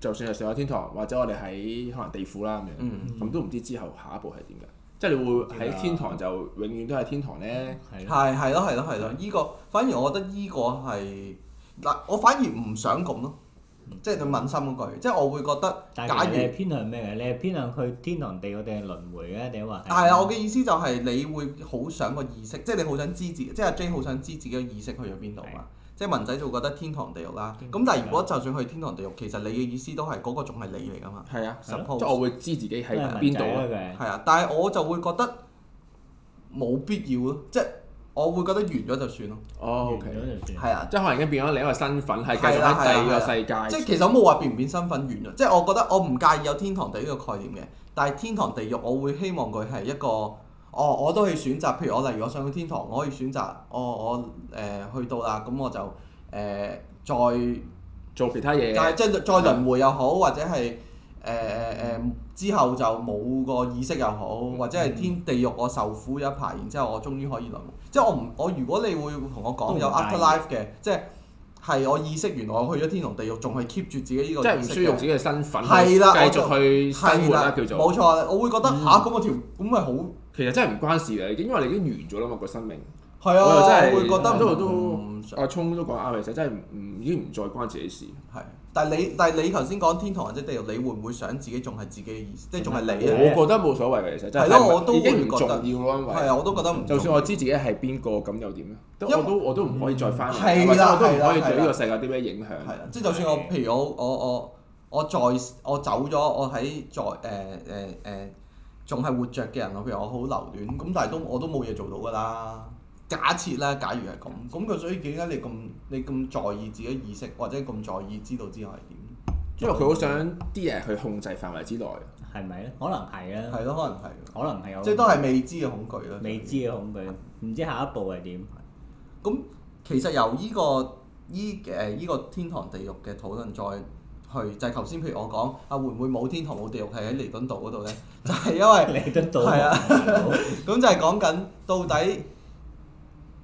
S3: 就算係上咗天堂，或者我哋喺可能地府啦咁樣，
S2: 嗯，
S3: 咁都唔知之後下一步係點㗎？即係你會喺天堂就永遠都係天堂咧？
S1: 係咯，
S2: 係係咯係咯係咯，依個反而我覺得依個係嗱，我反而唔想咁咯，即係你問心嗰句，即係我會覺得，
S1: 但
S2: 假
S1: 係
S2: 如
S1: 你係偏向咩嘅？你係偏向去天堂地嗰定係輪迴嘅，定係話
S2: 係啊，我嘅意思就係你會好想個意識，即係你好想知自己，即係阿 J 好想知自己嘅意識去咗邊度嘛。即係文仔就會覺得天堂地獄啦，
S1: 天
S2: 咁
S1: 堂地獄
S2: 但係如果就算去天堂地獄，其實你嘅意思都係嗰個仲係你嚟噶嘛。
S3: 係啊，即
S2: 係咯
S3: 係我會知自己喺
S1: 都係
S3: 邊
S1: 文
S3: 度
S1: 仔
S3: 啊
S1: 啦佢係。
S2: 係啊，但係我就會覺得冇必要咯，即係我會覺得完咗就算咯。
S3: 哦
S1: 完
S3: ，OK，
S1: 咗就算。
S2: 係啊，
S3: 即係可能已經變咗另一個身份，係繼
S2: 係
S3: 續
S2: 啦
S3: 喺第
S2: 係啦
S3: 二個世
S2: 即
S3: 界。
S2: 係其實我冇話變唔變身份完咗，即係我覺得我唔介意有天堂地獄呢個概念嘅，但係天堂地獄我會希望佢係一個，哦，我都可以選擇，譬如我例如我上到天堂，我可以選擇，哦，我誒、呃去到啦，咁我就誒、呃再。
S3: 做其他嘢。
S2: 但係即係再輪迴又好，或者係誒誒誒之後就冇個意識又好，
S3: 嗯
S2: 或者係天地獄我受苦一排，然之後我終於可以輪迴。即係我唔我如果你會同我講
S1: 都唔
S2: 有
S1: 介意
S2: afterlife 嘅，即係係我意識原來我去咗天堂地獄，仲係 keep 住自己呢
S3: 即
S2: 個
S3: 係
S2: 意
S3: 唔
S2: 識
S3: 需要用自
S2: 嘅。
S3: 己嘅身份去
S2: 係啦
S3: 繼續去生活啦，
S2: 啦，
S3: 叫做嗯
S2: 冇錯啦，我會覺得
S1: 嗯
S2: 吓咁我條咁咪好
S3: 其實真係唔關事嘅，因為你已經完咗啦嘛個生命。
S2: 係
S3: 哦我又
S2: 啊，
S3: 真係
S2: 我會覺得
S3: 都都
S2: 唔想
S3: 阿聰都講啱，其實真係唔唔已經唔再關自己事。
S2: 係。但係你但係你頭先講天堂或者地獄，你會唔會想自己仲係自己嘅意思，即係仲係
S3: 我
S2: 你啊？
S3: 覺得冇所謂嘅，其實真係
S2: 係咯我都
S3: 已經唔
S2: 會覺
S3: 重
S2: 得
S3: 要咯，因
S2: 係
S3: 為
S2: 啊，我都覺得唔
S3: 就
S2: 重
S3: 算我知自己係邊個咁又點咧？都
S2: 因為
S3: 我都我都唔可以再翻
S2: 係啦
S3: 嚟，或者我都唔可以
S2: 係啦
S3: 對呢個世界有啲咩影響。
S2: 係啦，啊即係就算我譬如我我我我在我走咗，我喺在誒誒誒仲係活着嘅人，譬如我好留戀，咁但係都我都冇嘢做到㗎啦。假設啦，假如係咁，咁佢所以點解你咁你咁在意自己意識，或者咁在意知道之後係點？
S3: 因為佢好想啲嘢去控制範圍之內。
S1: 係咪咧？可能係啦，
S2: 係咯，可
S1: 可能係有
S2: 能係，即係都係未知嘅恐懼啦。
S1: 未知嘅恐懼，唔知下一步係點。
S2: 咁其實由呢、個依誒依個天堂地獄嘅討論再去，就係頭先譬如我講啊，會唔會冇天堂冇地獄係喺彌敦道嗰度咧？就係因為
S1: 你得到
S2: 係啊
S1: 啊！
S2: 咁就係講緊到底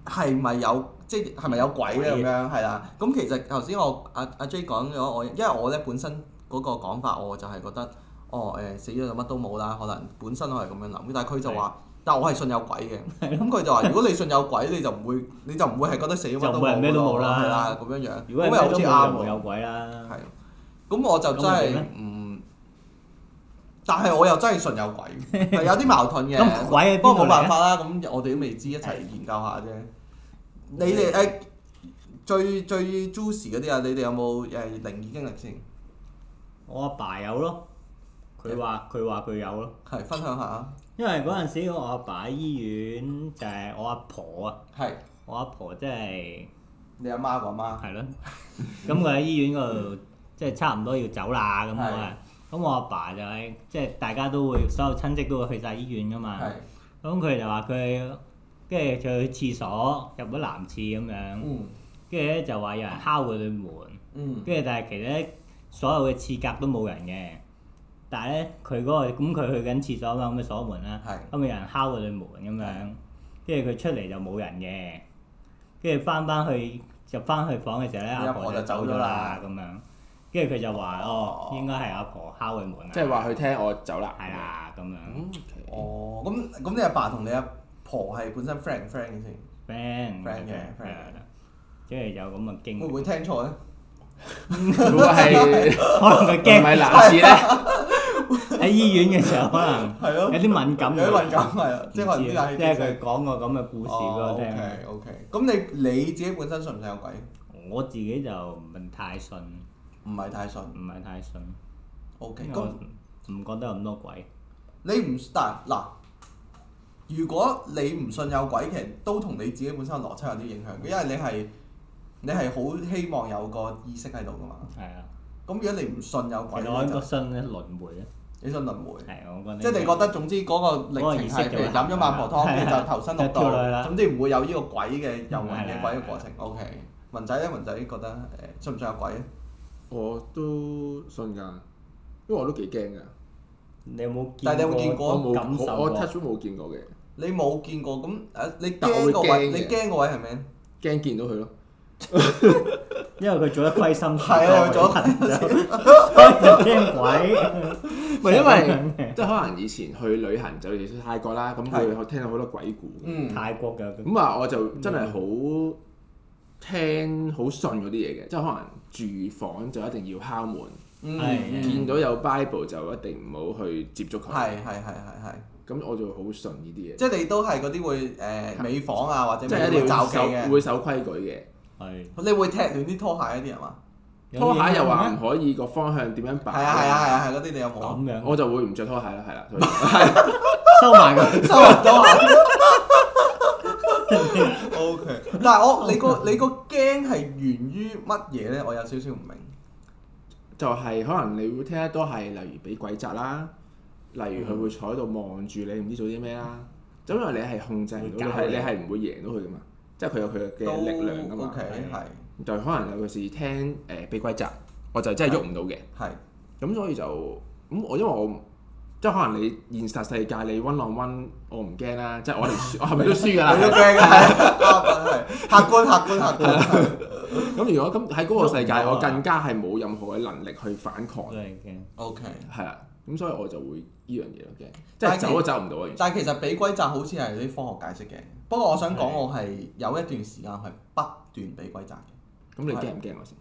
S2: 係咪有即係係咪有鬼咧咁
S1: 鬼
S2: 樣係啦？咁其實頭先我阿阿 J 講咗我，因為我咧本身嗰個講法我就係覺得哦誒、死咗就乜都冇啦，可能本身我係咁樣諗，但係佢就話。但我係信有鬼嘅，咁佢就話：如果你信有鬼，你就唔會，你就唔會係覺得死咗乜
S1: 就
S2: 都
S1: 唔會係咩都冇啦
S2: 係啦，咁樣樣，
S1: 如果
S2: 咁又
S1: 係咩
S2: 好
S1: 都
S2: 似
S1: 冇，
S2: 啱
S1: 就
S2: 喎
S1: 會。有鬼啦。
S2: 係，咁我就真
S1: 咁你
S2: 係
S1: 點
S2: 唔，但係我又真係信有 鬼，係有啲矛盾嘅。
S1: 咁鬼喺邊度嚟啊
S2: 不過冇辦法啦，咁我哋都未知，一齊研究下啫。你哋誒
S1: 嗯
S2: 最最 juicy 嗰啲啊，你哋有冇誒靈異經歷先？
S1: 我阿爸有咯，佢話佢話佢有咯，
S2: 係分享下啊，
S1: 因為嗰陣時我阿爸喺醫院，就係我阿婆啊，
S2: 係
S1: 我阿婆即係
S2: 你阿媽個阿
S1: 係咯，咁佢喺醫院嗰度即係差唔多要走啦咁啊，咁我阿爸就係即係大家都會所有親戚都會去晒醫院噶
S2: 媽，
S1: 嘛，
S2: 係
S1: 咁佢就話佢跟住佢去廁所入咗男廁咁樣，
S2: 嗯
S1: 跟住咧就話有人敲佢對門。
S2: 嗯
S1: 跟住但係其實咧，所有嘅廁格都冇人嘅，但係咧佢嗰個咁佢去緊廁所嘛，咁咪鎖門啦，
S2: 係
S1: 咁咪有人敲佢對門咁樣，跟住佢出嚟就冇人嘅，跟住翻翻去入翻去房嘅時候咧，
S2: 你
S1: 阿
S2: 阿
S1: 婆
S2: 婆
S1: 就
S2: 就走
S1: 走咗
S2: 咗
S1: 啦
S2: 啦
S1: 咁樣，跟住佢就話哦
S2: 哦，
S1: 應該係阿婆敲佢門啊，
S3: 即係話佢聽我走啦。
S1: 係啦咁樣
S3: 嗯，OK。
S2: 哦，咁咁你阿爸同你阿婆係本身 friend 唔 friend 嘅先，
S1: friend
S2: friend 嘅
S1: 係
S2: friend
S1: 啊跟住有咁嘅經
S2: 會唔
S1: 歷，
S2: 會聽錯咧？
S3: 如果 係
S1: 可能佢
S3: 唔
S1: 驚
S3: 係男士咧？
S1: 喺醫院嘅時候可能
S2: 係咯
S1: 嗯有，啲敏感
S2: 有啲敏感係啊，即係可能啲哦冷氣
S1: 即係佢講個咁嘅故事俾我聽。啊
S2: O K O K，咁你你自己本身信唔信有鬼？
S1: 我自己就唔係太信，唔
S2: 唔係太信。
S1: 係太信，
S2: O K，
S1: 因為我
S2: 咁
S1: 唔覺得有咁多鬼。
S2: 你唔但嗱，如果你唔信有鬼，其實都同你自己本身嘅邏輯有啲影響嘅，因為你係你係好希望有個意識喺度噶嘛。
S1: 係啊，
S2: 咁如果你唔信有
S1: 我我
S2: 鬼，你
S1: 應該
S2: 就
S1: 信咧輪啊迴咧，
S2: 你信輪迴。
S1: 係啊我覺得。
S2: 即係你覺得總之嗰個歷程係譬如飲咗孟婆湯，跟住就投身落
S1: 啊就跳落去啦啊
S2: 道，總之唔會有呢個鬼嘅遊魂野鬼嘅過程。O K，文仔咧，文仔覺得誒信唔信有鬼咧？
S3: 我都信㗎，因為我都幾驚㗎。
S1: 你有冇見過？
S2: 但係你有冇見過
S3: 我冇
S1: 感受
S3: 我
S1: 過
S3: 我 touch 都冇見過嘅，
S2: 你冇見過咁誒？你
S3: 但我
S2: 驚
S3: 會
S2: 個位，
S3: 驚嘅
S2: 你驚個位係咪？
S3: 驚見到佢咯。
S1: 因為佢做得虧心事，
S2: 係啊佢做得
S1: 朋友， 所以就驚鬼。
S3: 唔係因為 即係可能以前去旅行就去泰國啦，咁
S2: 係
S3: 會聽到好多鬼故。
S2: 嗯，
S1: 泰國嘅
S3: 咁啊，我就真係好聽好信嗰啲嘢嘅，即係可能住房就一定要敲門，
S2: 嗯
S1: 係
S2: 嗯
S3: 見到有 Bible 就一定唔好去接觸佢。
S2: 係係係係係，
S3: 咁我就好信呢啲嘢，
S2: 即係你都係嗰啲會誒美房啊，或者
S3: 即係一
S2: 美
S3: 定
S2: 會
S3: 要
S2: 罩忌
S3: 守
S2: 嘅，
S3: 會守規矩嘅。
S1: 係
S2: 你會踢亂啲拖鞋嗰啲人嘛？
S3: 拖鞋又話唔可以個方向點樣擺，
S2: 係啊係啊係啊係嗰啲你有冇啊？
S1: 咁樣
S3: 我就會唔着拖鞋啦，係啦，所以
S1: 收埋佢。
S3: 哦
S2: 收唔到啊 O K，但係我你個你個驚係源於乜嘢咧？我有少少唔明。
S3: 就係可能你會聽得多係例如俾鬼責啦，例如佢會坐喺度望住你，唔知做啲咩啦。咁因為你係控制唔
S1: 會
S3: 到，你
S1: 教
S3: 係
S1: 你
S3: 你係唔會贏到佢噶嘛，即係佢有佢
S2: 都
S3: 嘅力量噶
S2: O
S3: 嘛。
S2: K，係
S3: 就可能尤其是聽誒俾鬼責，我就真係喐唔到嘅。
S2: 係
S3: 咁所以就咁我因為我即係可能你現實世界你温浪温，我唔驚啦，即係我哋輸我係咪都輸㗎啦
S2: 你？都驚啊！ 係係客觀客觀客 觀。
S3: 咁如果咁喺嗰個世界，
S1: 喐唔到啊
S3: 我更加係冇任何嘅能力去反抗，
S1: 真係驚
S2: O K，
S3: 係啦。咁所以我就會依樣嘢咯嘅，即
S2: 但
S3: 係
S2: 係
S3: 走都走唔到啊！完全
S2: 但係其實俾鬼責好似係有啲科學解釋嘅。不過我想講，我係有一段時間係不斷俾鬼責嘅。
S3: 咁你驚唔驚我啊先？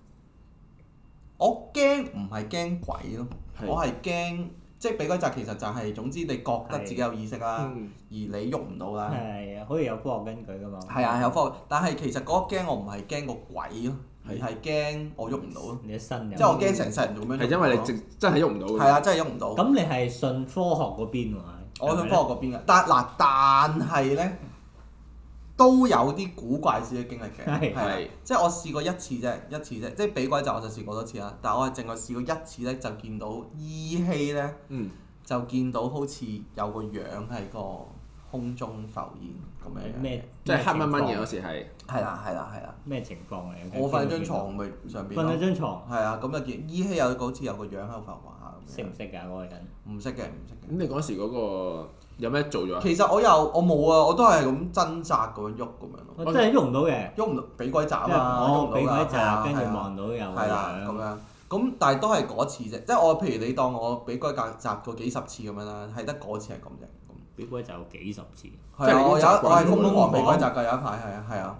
S2: 我驚唔係驚鬼咯，
S3: 係
S2: 我係驚即係俾鬼責，其實就係總之你覺得自己有意識啦，而
S3: 嗯
S2: 你喐唔到啦。
S1: 係啊，好似有科學根據噶嘛。
S2: 係啊，有科學，但係其實嗰個驚我唔係驚個鬼咯，而
S3: 係
S2: 係驚我喐唔到咯，
S1: 你嘅身有。
S2: 即係我驚成世人做咩？
S3: 係因為你直真係喐唔到
S2: 係
S3: 嘅。
S2: 啊，真係喐唔到。
S1: 咁你係信科學嗰邊喎？
S2: 我
S1: 係
S2: 想科
S1: 咪
S2: 學
S1: 咧
S2: 嗰邊嘅，啊但嗱，但係咧都有啲古怪事嘅經歷嘅，
S1: 係
S2: 啊
S3: 係
S2: 即係我試過一次啫，一次啫，即係俾鬼就我就試過多次啦，但係我係淨係試過一次咧，就見到依稀咧
S3: 嗯，
S2: 就見到好似有個樣喺個空中浮現咁樣樣嘅，
S1: 咩？
S3: 即係黑掹掹嘅
S1: 嘅
S3: 嗰時係，
S2: 係啦係啦係啦，
S1: 咩情況嚟嘅？
S2: 我瞓喺張床咪上邊
S1: 瞓喺
S2: 咯，
S1: 張床，
S2: 係啊，咁就見依稀有個好似有個樣喺度浮下咁
S1: 識
S2: 樣
S1: 唔，識㗎？嗰個人
S2: 唔識嘅唔識嘅
S3: 咁。你嗰時嗰個有咩做咗啊？
S2: 其實我又我冇啊，我都係咁掙扎咁樣喐咁樣咯，
S1: 我真係喐唔到嘅，
S2: 喐唔到俾鬼砸
S1: 即係
S2: 啊，喐
S1: 我
S2: 唔
S1: 俾佢
S2: 到啦，係啊
S1: 扎，跟
S2: 係
S1: 住
S2: 啊
S1: 望到有
S2: 係啦咁
S1: 樣。
S2: 樣。咁但係都係嗰次啫，即係我譬如你當我俾鬼砸過幾十次咁樣啦，係得嗰次係咁啫。咁
S1: 表哥就有幾十次，
S3: 即
S2: 係
S3: 係
S2: 啊，
S3: 你
S2: 我
S3: 已
S2: 有
S3: 經習慣
S2: 我係
S3: 咗
S2: 瘋狂
S1: 喎
S2: 俾鬼砸㗎，有一排係啊係啊。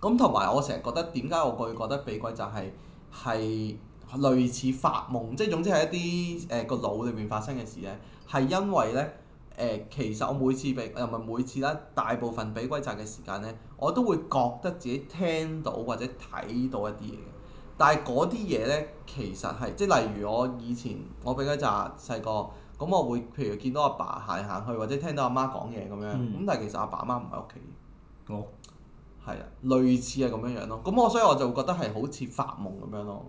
S2: 咁同埋我成日覺得點解我會覺得俾鬼砸係係類似發夢，即係總之係一啲誒個腦裏面發生嘅事咧，係因為咧。誒、其實我每次俾又唔係每次啦，大部分俾鬼責嘅時間咧，我都會覺得自己聽到或者睇到一啲嘢嘅。但係嗰啲嘢咧，其實係即係例如我以前我俾鬼責細個，咁我會譬如見到阿爸行嚟行去，或者聽到阿媽講嘢咁樣，咁、
S1: 嗯
S2: 但係其實阿爸阿媽唔喺屋企，
S1: 我
S2: 係啊，類似係咁樣樣咯。咁我所以我就會覺得係好似發夢咁樣咯，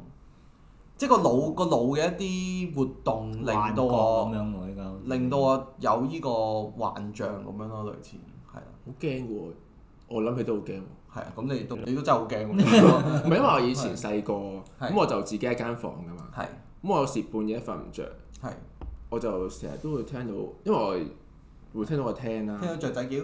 S2: 即係個腦個腦嘅一啲活動令
S1: 幻覺
S2: 到我
S1: 咁。樣喎，依家
S2: 令到我有呢個幻象咁樣咯，類似係啊，
S3: 好驚嘅喎，我諗起都好 驚喎。
S2: 係啊，咁你都
S3: 嗯
S2: 你都真係好驚喎，
S3: 唔係因為我以前細個，
S2: 係
S3: 咁我就自己一間房噶嘛。
S2: 係
S3: 咁我有時半夜瞓唔着，
S2: 係
S3: 我就成日都會聽到，因為我會聽到個廳啦
S2: 聽，到雀仔叫，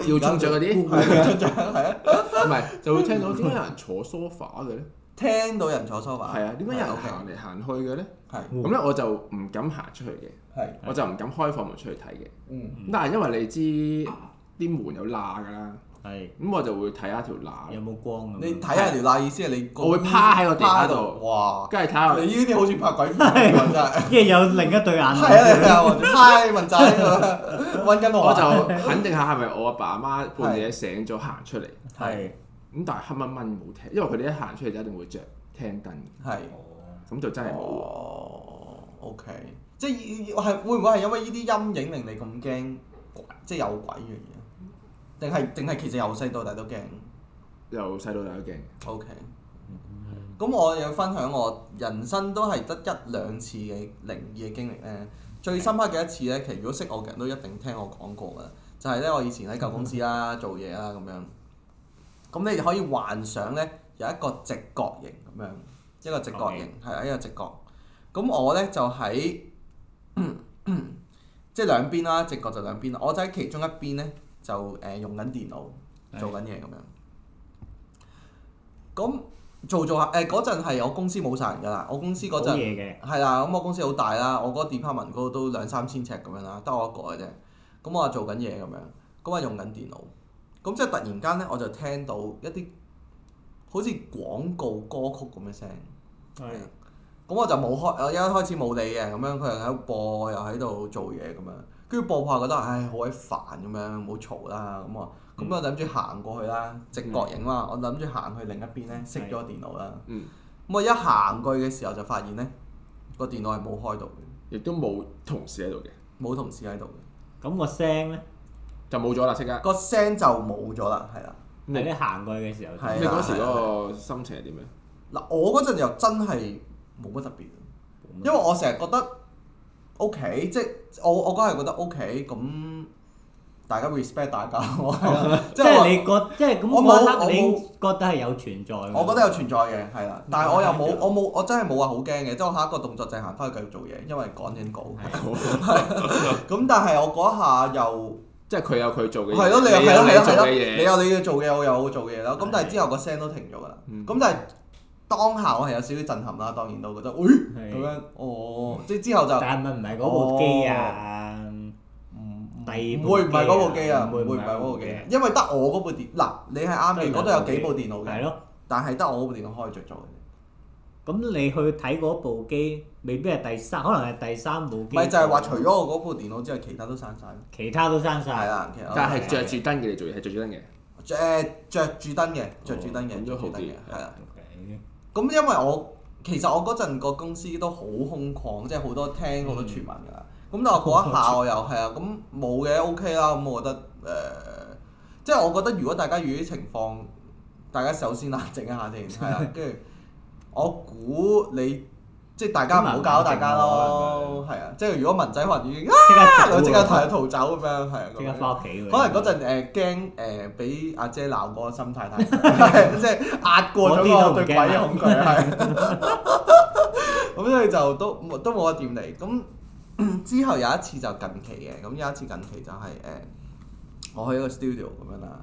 S3: 叫中雀嗰啲。
S2: 係雀仔係啊，
S3: 唔係，就會聽到點解有人坐 sofa 嘅咧？
S2: 聽到人坐梳化，
S3: 係啊，點解有人
S2: OK，
S3: 行嚟行去嘅咧？
S2: 係
S1: 嗯
S3: 咁咧我就唔敢行出去嘅，
S2: 係
S3: 我就唔敢開房門出去睇嘅。
S2: 嗯
S3: 咁但係因為你知啲門有罅㗎啦，
S1: 係
S3: 咁我就會睇下條罅，
S1: 有冇光咁樣？
S2: 你睇下條罅意思係你個
S3: 我會趴喺個地下度
S2: 趴哇！
S3: 跟住睇下
S2: 你呢啲好似拍鬼片咁真 係，
S1: 跟住有另一對眼
S2: 係
S1: 喎，
S2: 啊你啊，嗨文仔咁 樣揾緊
S3: 我
S2: 我啊，
S3: 就肯定下係咪我阿爸阿媽半夜醒咗行出嚟。
S1: 係
S3: 咁但係黑掹掹冇聽，因為佢哋一行出嚟就一定會着聽燈，
S2: 係。
S1: 哦
S3: 咁就真係冇。
S2: 哦，OK，即係係會唔會係因為呢啲陰影令你咁驚鬼，即係有鬼呢樣嘢？定係定係其實由細到大都驚
S3: 由細到大都驚，
S2: ？OK，咁我有分享我人生都係得一兩次嘅靈異嘅經歷咧。最深刻嘅一次咧，其實如果識我嘅人都一定聽我講過噶，就係、咧我以前喺舊公司啦做嘢啦咁樣，咁你就可以幻想咧有一個直角形咁樣，一個直角形係啊一個直角。咁我咧就喺即係兩邊啦，直角就兩邊啦。我就喺其中一邊咧就誒、呃用緊電腦做緊嘢咁樣。咁做做下誒嗰陣係我公司冇晒人㗎啦，我公司嗰
S1: 好
S2: 陣
S1: 嘢嘅
S2: 係啦，咁我公司好大啦，我嗰個 department 嗰度都兩三千尺咁樣啦，得我一個嘅啫。咁我話做緊嘢咁樣，咁啊用緊電腦，咁即係突然間咧，我就聽到一啲好似廣告歌曲咁嘅聲。
S1: 係
S2: 咁我就冇開，呃我一開始冇理嘅，咁樣佢又喺度播，又喺度做嘢咁樣，跟住播下覺得唉好鬼煩咁樣，唔好嘈啦咁啊，咁我諗住行過去啦，直角影啦，我諗住行去另一邊咧，熄咗電腦啦，
S3: 嗯，
S2: 咁啊我一行過去嘅時候就發現咧，個電腦係冇開到嘅，
S3: 亦都冇同事喺度嘅，
S2: 冇同事喺度嘅，
S1: 咁個聲咧
S3: 就冇咗啦，即刻。
S2: 個聲就冇咗啦，係啦。
S3: 你
S1: 喺你行過去嘅時候就，
S2: 係啊
S3: 你嗰時嗰個心情係點樣？
S2: 嗱，我嗰陣又真係冇乜特別，因為我成日覺得 O K，即係我我嗰係覺得 O K，咁大家 respect 大家， 我係啊
S1: 即
S2: 即係
S1: 係
S2: 我
S1: 你覺，即係咁
S2: 我冇
S1: 嗰刻
S2: 我
S1: 你
S2: 冇
S1: 覺得係有存在㗎。
S2: 我覺得有存在嘅，係
S1: 嗯
S2: 啦，但係我又冇，我冇，我真係冇話好驚嘅，即係我下一個動作就係行翻去繼續做嘢，因為趕緊稿。咁但係我嗰下又
S3: 即係佢有佢做嘅嘢，
S2: 係咯，你又
S3: 你
S2: 係咯係咯
S3: 有你
S2: 係
S3: 做
S2: 咯，
S3: 嘅
S2: 你
S3: 嘢，
S2: 有你要做嘅，我有我做嘅嘢啦。咁但係之後個聲都停咗㗎啦。
S3: 嗯
S2: 咁但係當下我係有少少震撼啦，當然都覺得，喂
S1: 係
S2: 咁樣，哦，即係之後就。
S1: 但係咪唔係嗰部機啊？
S2: 哦唔
S1: 第二
S2: 唔
S1: 部
S2: 會唔係嗰部
S1: 機
S2: 機
S1: 啊
S2: 啊，唔
S1: 唔會
S2: 會唔
S1: 唔
S2: 係
S1: 係嗰
S2: 嗰部
S1: 部
S2: 機
S1: 機
S2: 啊
S1: 啊，
S2: 因為得我嗰部電嗱，你係啱嘅，嗰度有幾部電腦
S1: 係
S2: 嘅，
S1: 咯，
S2: 但係得我嗰部電腦開着咗嘅。
S1: 咁你去睇嗰部機，未必係第三，可能係第三部機。
S2: 咪就係話，除咗我嗰部電腦之外，其他都刪晒咯。
S1: 其他都刪晒。
S2: 係啊啦，其實我
S3: 但係着住燈嘅你做嘢係着住燈嘅，
S2: 着誒著住燈嘅，着住燈嘅，
S3: 咁
S2: 着
S3: 都
S2: 住
S3: 好
S2: 燈嘅
S3: 啲，
S2: 係啦。
S1: OK，
S2: 咁因為我其實我嗰陣個公司都好空曠，即係好多聽好多傳聞㗎啦。咁但係我嗰 一下我又係啊，咁冇嘅 OK 啦。咁我覺得誒、呃即係我覺得如果大家遇啲情況，大家首先冷靜一下先，係 啦。跟住我估你即係大家唔好搞大家咯，係啊。即係如果文仔可能已經啊，
S1: 即刻 走
S2: 我即刻
S1: 喎
S2: 逃逃走咁樣，係啊。
S1: 即刻
S2: 咁樣
S1: 翻屋企喎。
S2: 可能嗰陣誒驚誒俾阿姐鬧嗰個心態太強，即係壓過咗個對鬼嘅恐懼係。咁所以就都冇都冇得掂你。咁 之後有一次就近期嘅，咁有一次近期就係、誒、我去一個 studio 咁樣啦，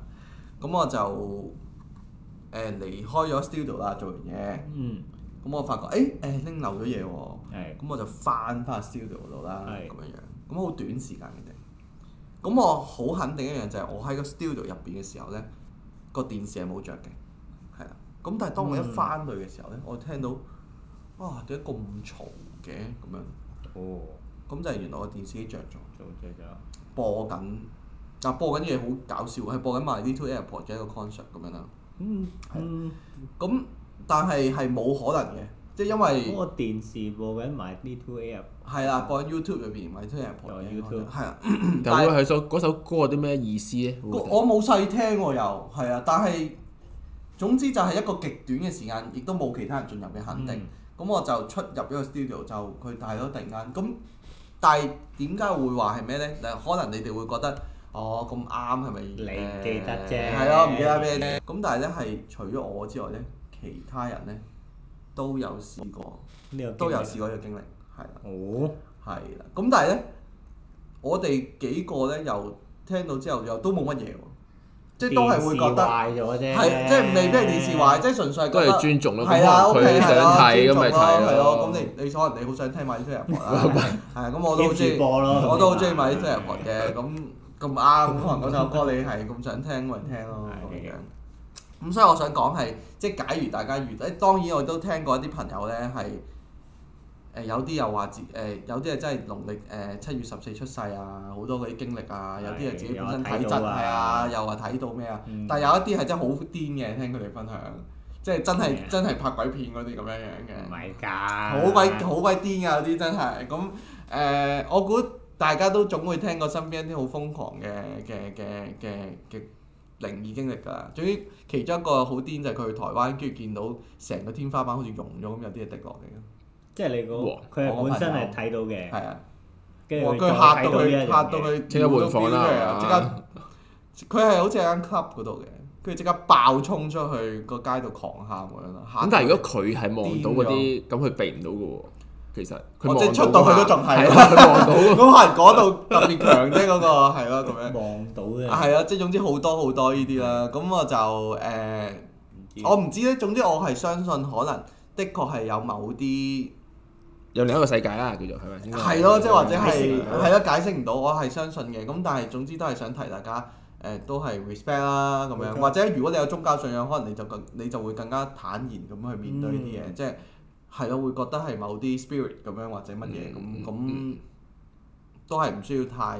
S2: 咁我就誒、離開咗 studio 啦，做完嘢，
S1: 嗯
S2: 咁我發覺誒誒拎漏咗嘢喎。
S1: 係
S2: 咁我就翻翻 studio 嗰度啦，
S1: 係
S2: 咁樣樣，咁好短時間嘅啫。咁我好肯定一樣就係我喺個 studio 入邊嘅時候咧，個電視係冇着嘅，係啦。咁但係當我一翻去嘅時候咧，我聽到哇點解咁嘈嘅咁樣，
S1: 哦，
S2: 咁就係原來個電視機着咗，
S1: 做咗咗
S2: 播緊，但播緊嘢好搞笑，係播緊埋 Little Airport 嘅一個 concert 咁樣啦。
S1: 嗯嗯，
S2: 咁但係係冇可能嘅，即係因為
S1: 嗰個電視播緊埋 B Two A 啊入
S2: 係啦，播緊 YouTube 入邊，咪 Little Airport 嘅
S1: 有 YouTube
S2: 係啊。
S3: 但係會佢首嗰首歌有啲咩意思咧？
S2: 個我冇細聽喎又，係啊，但係總之就係一個極短嘅時間，亦都冇其他人進入嘅肯定。
S1: 嗯
S2: 咁、我就出入咗個 studio 就佢大咗突然間咁，但係點解會話係咩呢？嗱可能你哋會覺得哦咁啱係咪？
S1: 你記得啫
S2: 係咯，唔記得咩啫？咁但係呢，係除咗我之外呢，其他人呢都有試過，
S1: 呢個
S2: 都有
S1: 經
S2: 試過呢個經歷，係啦。
S1: 歷哦，
S2: 係啦，咁但係咧，我哋幾個咧又聽到之後又都冇乜嘢喎，即係都係會覺得
S1: 電視壞咗啫，
S2: 係即係未必係電視壞，即係純粹係覺得
S3: 都係尊重咯
S2: 係啦
S3: 咁可能
S2: ，OK，係
S3: 佢想
S2: 啦
S3: 睇咁咪
S2: 尊重啦
S3: 睇咯
S2: 係咯，咁你你可能你好想聽埋呢出日播 啦，係啊，咁我都好中
S1: keep
S2: 意
S1: 住播咯
S2: 我都好中意埋呢出日播嘅，咁咁啱，咁可能嗰首歌你係咁想聽咪聽咯咁
S1: 係
S2: 樣。咁所以我想講係，即係假如大家遇到，當然我都聽過一啲朋友咧係誒有啲又話自誒、有啲係真係農曆誒七、月十四出世啊，好多嗰啲經歷啊，有啲係自己本身體
S1: 又
S2: 質
S1: 話睇到啊
S2: 係啊，又話睇到咩啊，
S1: 嗯
S2: 但係有一啲係真係好癲嘅，聽佢哋分享，即係真
S1: 咩啊
S2: 係真係拍鬼片嗰啲咁樣樣嘅。
S1: 唔係㗎，
S2: 好鬼好鬼癲啊！有啲真係咁誒，我估大家都總會聽過身邊一啲好瘋狂嘅嘅嘅嘅嘅靈異經歷㗎啦。總之其中一個好癲就係佢去台灣，跟住見到成個天花板好似溶咗咁，有啲嘢滴落嚟
S1: 即係你個
S3: 哇
S1: 佢係本身係睇到
S2: 嘅。係
S1: 嘅，
S2: 啊，
S1: 跟
S2: 哇
S1: 住
S2: 跟住嚇到
S1: 佢
S2: 佢嚇到佢
S3: 即刻換房啦
S2: 尿都飆出嚟啊即刻佢係好似喺間 club 嗰度嘅，跟住即刻爆衝出去個街度狂喊咁樣啦。嚇
S3: 咁但係如果佢係望到嗰啲，咁佢避唔到嘅喎。其實佢
S2: 哦
S3: 望
S2: 即係出
S3: 到
S2: 到
S3: 㗎
S2: 去
S3: 嘛
S2: 都仲係
S3: 係啊啦，佢望到 㗎
S2: 咁可能嗰度特別強啫，嗰個係咯咁樣。
S1: 望到嘅，
S2: 啊係啊，即係總之好多好多呢啲啦。咁我就誒、
S1: 唔知知。
S2: 我唔知咧，總之我係相信可能的確係有某啲
S3: 有另一個世界啦，叫做係咪啊先？
S2: 係咯，即係或者
S3: 解
S1: 啊
S2: 係
S3: 釋唔到
S2: 係咯解釋唔到，我係相信嘅。咁但係總之都係想提大家誒、都係 respect 啦咁樣
S1: OK
S2: 或者如果你有宗教信仰，可能你就更你就會更加坦然咁去面對呢
S1: 嗯
S2: 啲嘢，即係係咯，會覺得係某啲 spirit 咁樣或者乜嘢咁
S3: 嗯
S2: 咁。
S3: 嗯
S2: 都係唔需要太，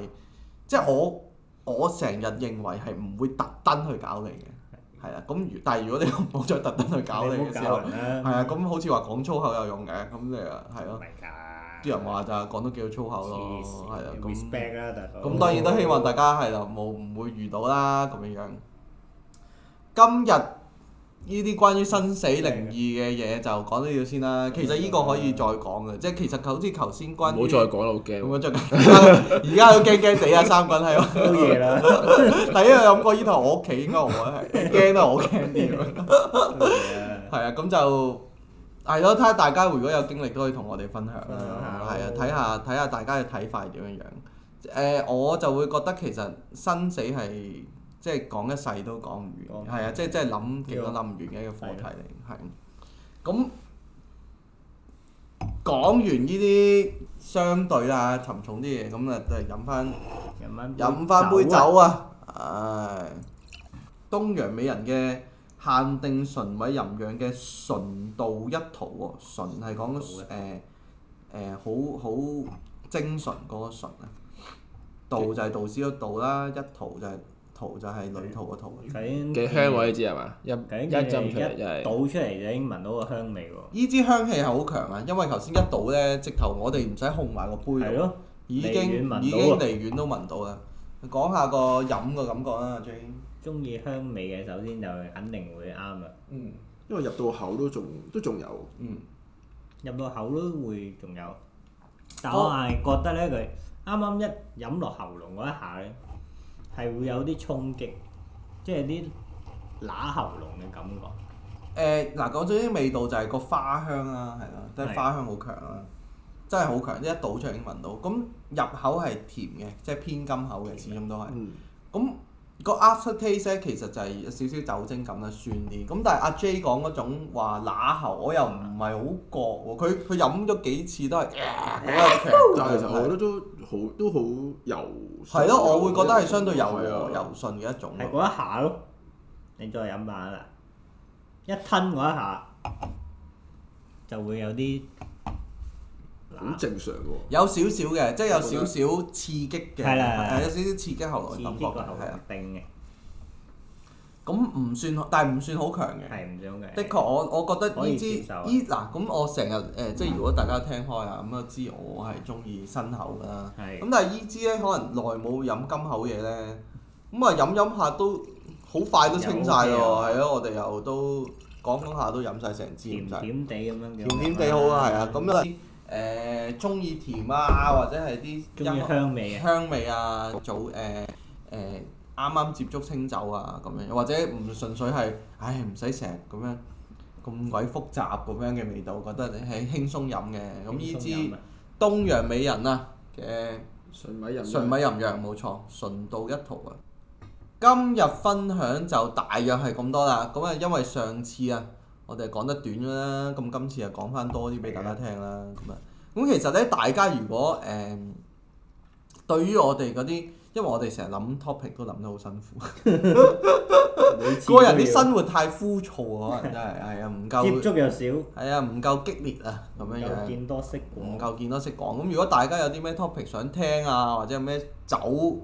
S2: 即係我我成日認為係唔會特登去搞你嘅，係啦。啊咁如但係如果你唔好再特登去搞你
S1: 你唔好
S2: 嘅時候，
S1: 搞
S2: 係
S1: 人啦。
S2: 啊，咁好似話講粗口有用嘅，咁你啊係
S1: 唔
S2: 咯，
S1: 係㗎。
S2: 啲人話就係講得幾好粗口咯
S1: 黐，線
S2: 係啊，咁
S1: respect 啦，大佬。
S2: 咁當然都希望大家係啦冇唔會遇到啦咁樣樣。今日呢啲關於生死靈異嘅嘢就講到呢度先啦。其實呢個可以再講嘅，即係其實好似頭先
S3: 唔
S2: 關於
S3: 好再講啦，好驚
S2: 咁。樣最近 而家都驚驚地啊，三個人喺度。
S1: 都嘢啦。
S2: 第一有飲過煙頭，我屋企應該我啊係驚都係我驚啲。
S1: 都嘢啦
S2: 係啊，咁就係咯，睇下大家如果有經歷都可以同我哋分享
S1: 分享
S2: 啦。
S1: 下
S2: 係啊，
S1: 咯
S2: 睇下睇下大家嘅睇法係點樣樣。誒、我就會覺得其實生死係即係講一世都講唔
S1: 講唔
S2: 完，係啊，即係即係諗極都諗唔完嘅一個課題嚟，係。咁講完呢啲相對啊沉重啲嘢，咁啊就飲翻。
S1: 飲翻
S2: 飲翻杯
S1: 啊
S2: 酒啊！唉，東洋美人嘅限定純米吟釀嘅純度一圖喎，純係
S1: 純
S2: 講
S1: 度一
S2: 誒誒好好精純嗰個純啊，度就係導師嗰度啦，一圖就係、圖就係旅途個圖。
S1: 究竟
S2: 嗯
S3: 幾香喎？你知係嘛？一一
S1: 究竟
S3: 浸出嚟
S1: 一
S3: 就係
S1: 倒出嚟就已經聞到個香味喎。
S2: 呢支香氣係好強啊，因為頭先一倒咧，直頭我哋唔使控埋個杯
S1: 係
S2: 度，
S1: 咯，
S2: 已
S1: 離遠聞
S2: 經
S1: 到啊
S2: 已經離遠都聞到啦。講下個飲嘅感覺啦阿，J。
S1: 中意香味嘅首先就肯定會啱啦，
S2: 嗯
S3: 因為入到口都仲都仲有，
S2: 嗯。
S1: 入到口都會仲有。但我
S2: 哦
S1: 係覺得咧，佢啱啱一飲落喉嚨嗰一下咧，係會有啲衝擊，即係啲揦喉嚨嘅感
S2: 哦
S1: 覺。
S2: 誒嗱，講咗啲味道就係個花香啦，係啦，即係
S1: 係
S2: 花香好強啦，真係好強，一倒出嚟已經聞到。咁入口係甜嘅，即係偏甘口嘅，始終都係。
S3: 嗯，
S2: 咁個 after taste 咧，其實就係有少少酒精感啦，酸啲。咁但係阿 J 講嗰種話乸喉，我又唔係好覺喎。佢佢飲咗幾次都係呃嗰個
S3: 但係其實我覺
S2: 強。
S3: 得都好都好柔。
S2: 係咯，我會覺得係相對柔和、
S3: 係啊
S2: 柔順嘅一種
S1: 係
S2: 咯。
S1: 嗰一下咯，你再飲下啦，一吞嗰一下就會有啲
S3: 好
S1: 嗱
S3: 正常喎。
S2: 有少少嘅，即係有少少刺激嘅，
S1: 係啦係啦
S2: 係有少少刺激喉
S1: 刺
S2: 嚨
S1: 激
S2: 感覺
S1: 個
S2: 嘅，
S1: 喉
S2: 係啊
S1: 嚨。定嘅，
S2: 咁唔算，但係唔算好強嘅。
S1: 係唔想嘅。
S2: 的確，我我覺得
S1: 可
S2: 呢
S1: 以
S2: 支
S1: 接受啊嗯
S2: 依嗱，咁我成日誒，即係如果大家聽開啊，咁都知我係中意新口㗎啦。
S1: 係
S2: 咁但係呢支咧，可能耐冇飲金口嘢咧，咁啊飲飲下都好快都清晒喎，
S1: 有啊
S2: 係咯，我哋又都講講下都飲晒成支
S1: 甜
S2: 咁滯。
S1: 甜地咁樣嘅。
S2: 甜甜地好啊，係啊，咁啊誒中意甜啊，或者係啲
S1: 中意
S2: 音樂
S1: 香味嘅，
S2: 香味啊，早誒誒啱啱接觸清酒啊咁樣，或者唔純粹係，唉唔使成日咁樣咁鬼複雜咁樣嘅味道，覺得你係輕鬆飲嘅。咁
S1: 輕鬆
S2: 呢
S1: 飲
S2: 支
S1: 啊
S2: 東洋美人啊嘅
S3: 純米入
S2: 純米吟釀冇錯，純度一圖啊！今日分享就大約係咁多啦。咁啊，因為上次啊，我哋講得短咗啦，咁今次啊講翻多啲俾大家聽啦。咁啊，咁其實咧，大家如果誒、對於我哋嗰啲，因為我哋成日諗 topic 都諗得好辛苦，
S1: 每次
S2: 個
S1: 都
S2: 人
S1: 要
S2: 啲生活太枯燥啊，可能真係係啊，唔
S1: 接
S2: 夠
S1: 觸又少，
S2: 係啊，唔夠激烈啊，咁樣樣
S1: 又。見多識
S2: 唔
S1: 廣。
S2: 夠見多識講。咁如果大家有啲咩 topic 想聽啊，或者有咩酒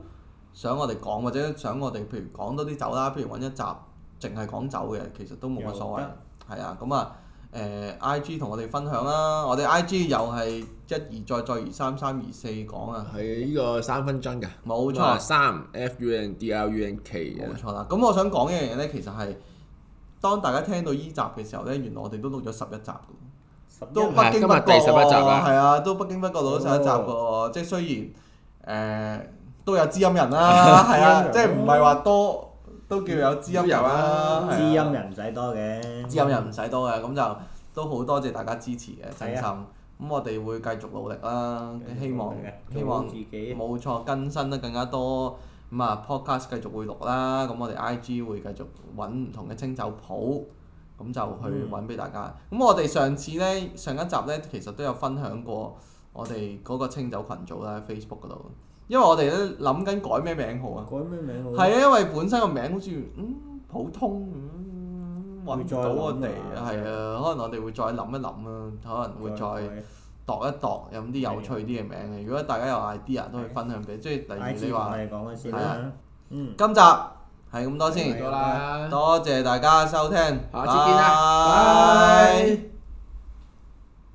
S2: 想我哋講，或者想我哋譬如講多啲酒啦，譬如揾一集淨係講酒嘅，其實都冇乜所謂
S1: 又。
S2: 係啊，咁啊誒、I G 同我哋分享啦，我哋 I G 又係一而再再而三三而四講啊，
S3: 係呢個三分鐘㗎。
S2: 冇錯。
S3: 哇啊三 F U N D L U N K 啊
S2: 冇錯啦。咁我想講一樣嘢咧，其實係當大家聽到依集嘅時候咧，原來我哋都錄咗十一集㗎喎
S1: 十一
S2: 都
S3: 係
S2: 不經不覺
S3: 今日第十一集啦
S2: 係啊，都不經不覺攞上一集嘅
S1: 哦
S2: 喎，即係雖然誒都有知音人 啦，係啊，即
S1: 知音人
S2: 係唔係話多都叫有知音人啦，
S1: 知
S2: 係啊
S1: 音人唔使多嘅，
S2: 知音人唔使多嘅，咁就都好多謝大家支持嘅，真
S1: 係啊
S2: 心。咁我哋會繼續努力啦，希望
S1: 啊繼續努力嘅
S2: 希
S1: 做好
S2: 望
S1: 自己
S2: 冇錯更新得更加多。咁啊，podcast 繼續會錄啦，咁我哋 IG 會繼續揾唔同嘅清酒鋪咁就
S1: 嗯
S2: 去揾俾大家。咁、我哋上次呢，上一集呢，其實都有分享過我哋嗰個清酒群組啦喺，Facebook 嗰度。因為我哋呢諗緊改咩名號啊，
S1: 改咩名好咧？
S2: 係啊，因為本身個名好似嗯普通嗯揾
S1: 會
S2: 唔
S1: 再
S2: 到我
S1: 諗
S2: 哋，
S1: 啊
S2: 係啊，可能我哋會再諗一諗啦，可能會再。度一度有啲
S1: 啊
S2: 有趣啲嘅名嘅。如果大家有 idea 都可以分享俾，即係
S1: I
S2: 例如
S1: G
S2: 你
S1: 同我
S2: 話
S1: 哋講咗先
S2: 係
S1: 啦
S2: 啊。
S1: 嗯，
S2: 今集係咁多
S3: 差唔
S2: 先
S3: 多，啦，
S2: 多謝大家收聽，
S3: 下次見啦，拜
S2: 拜。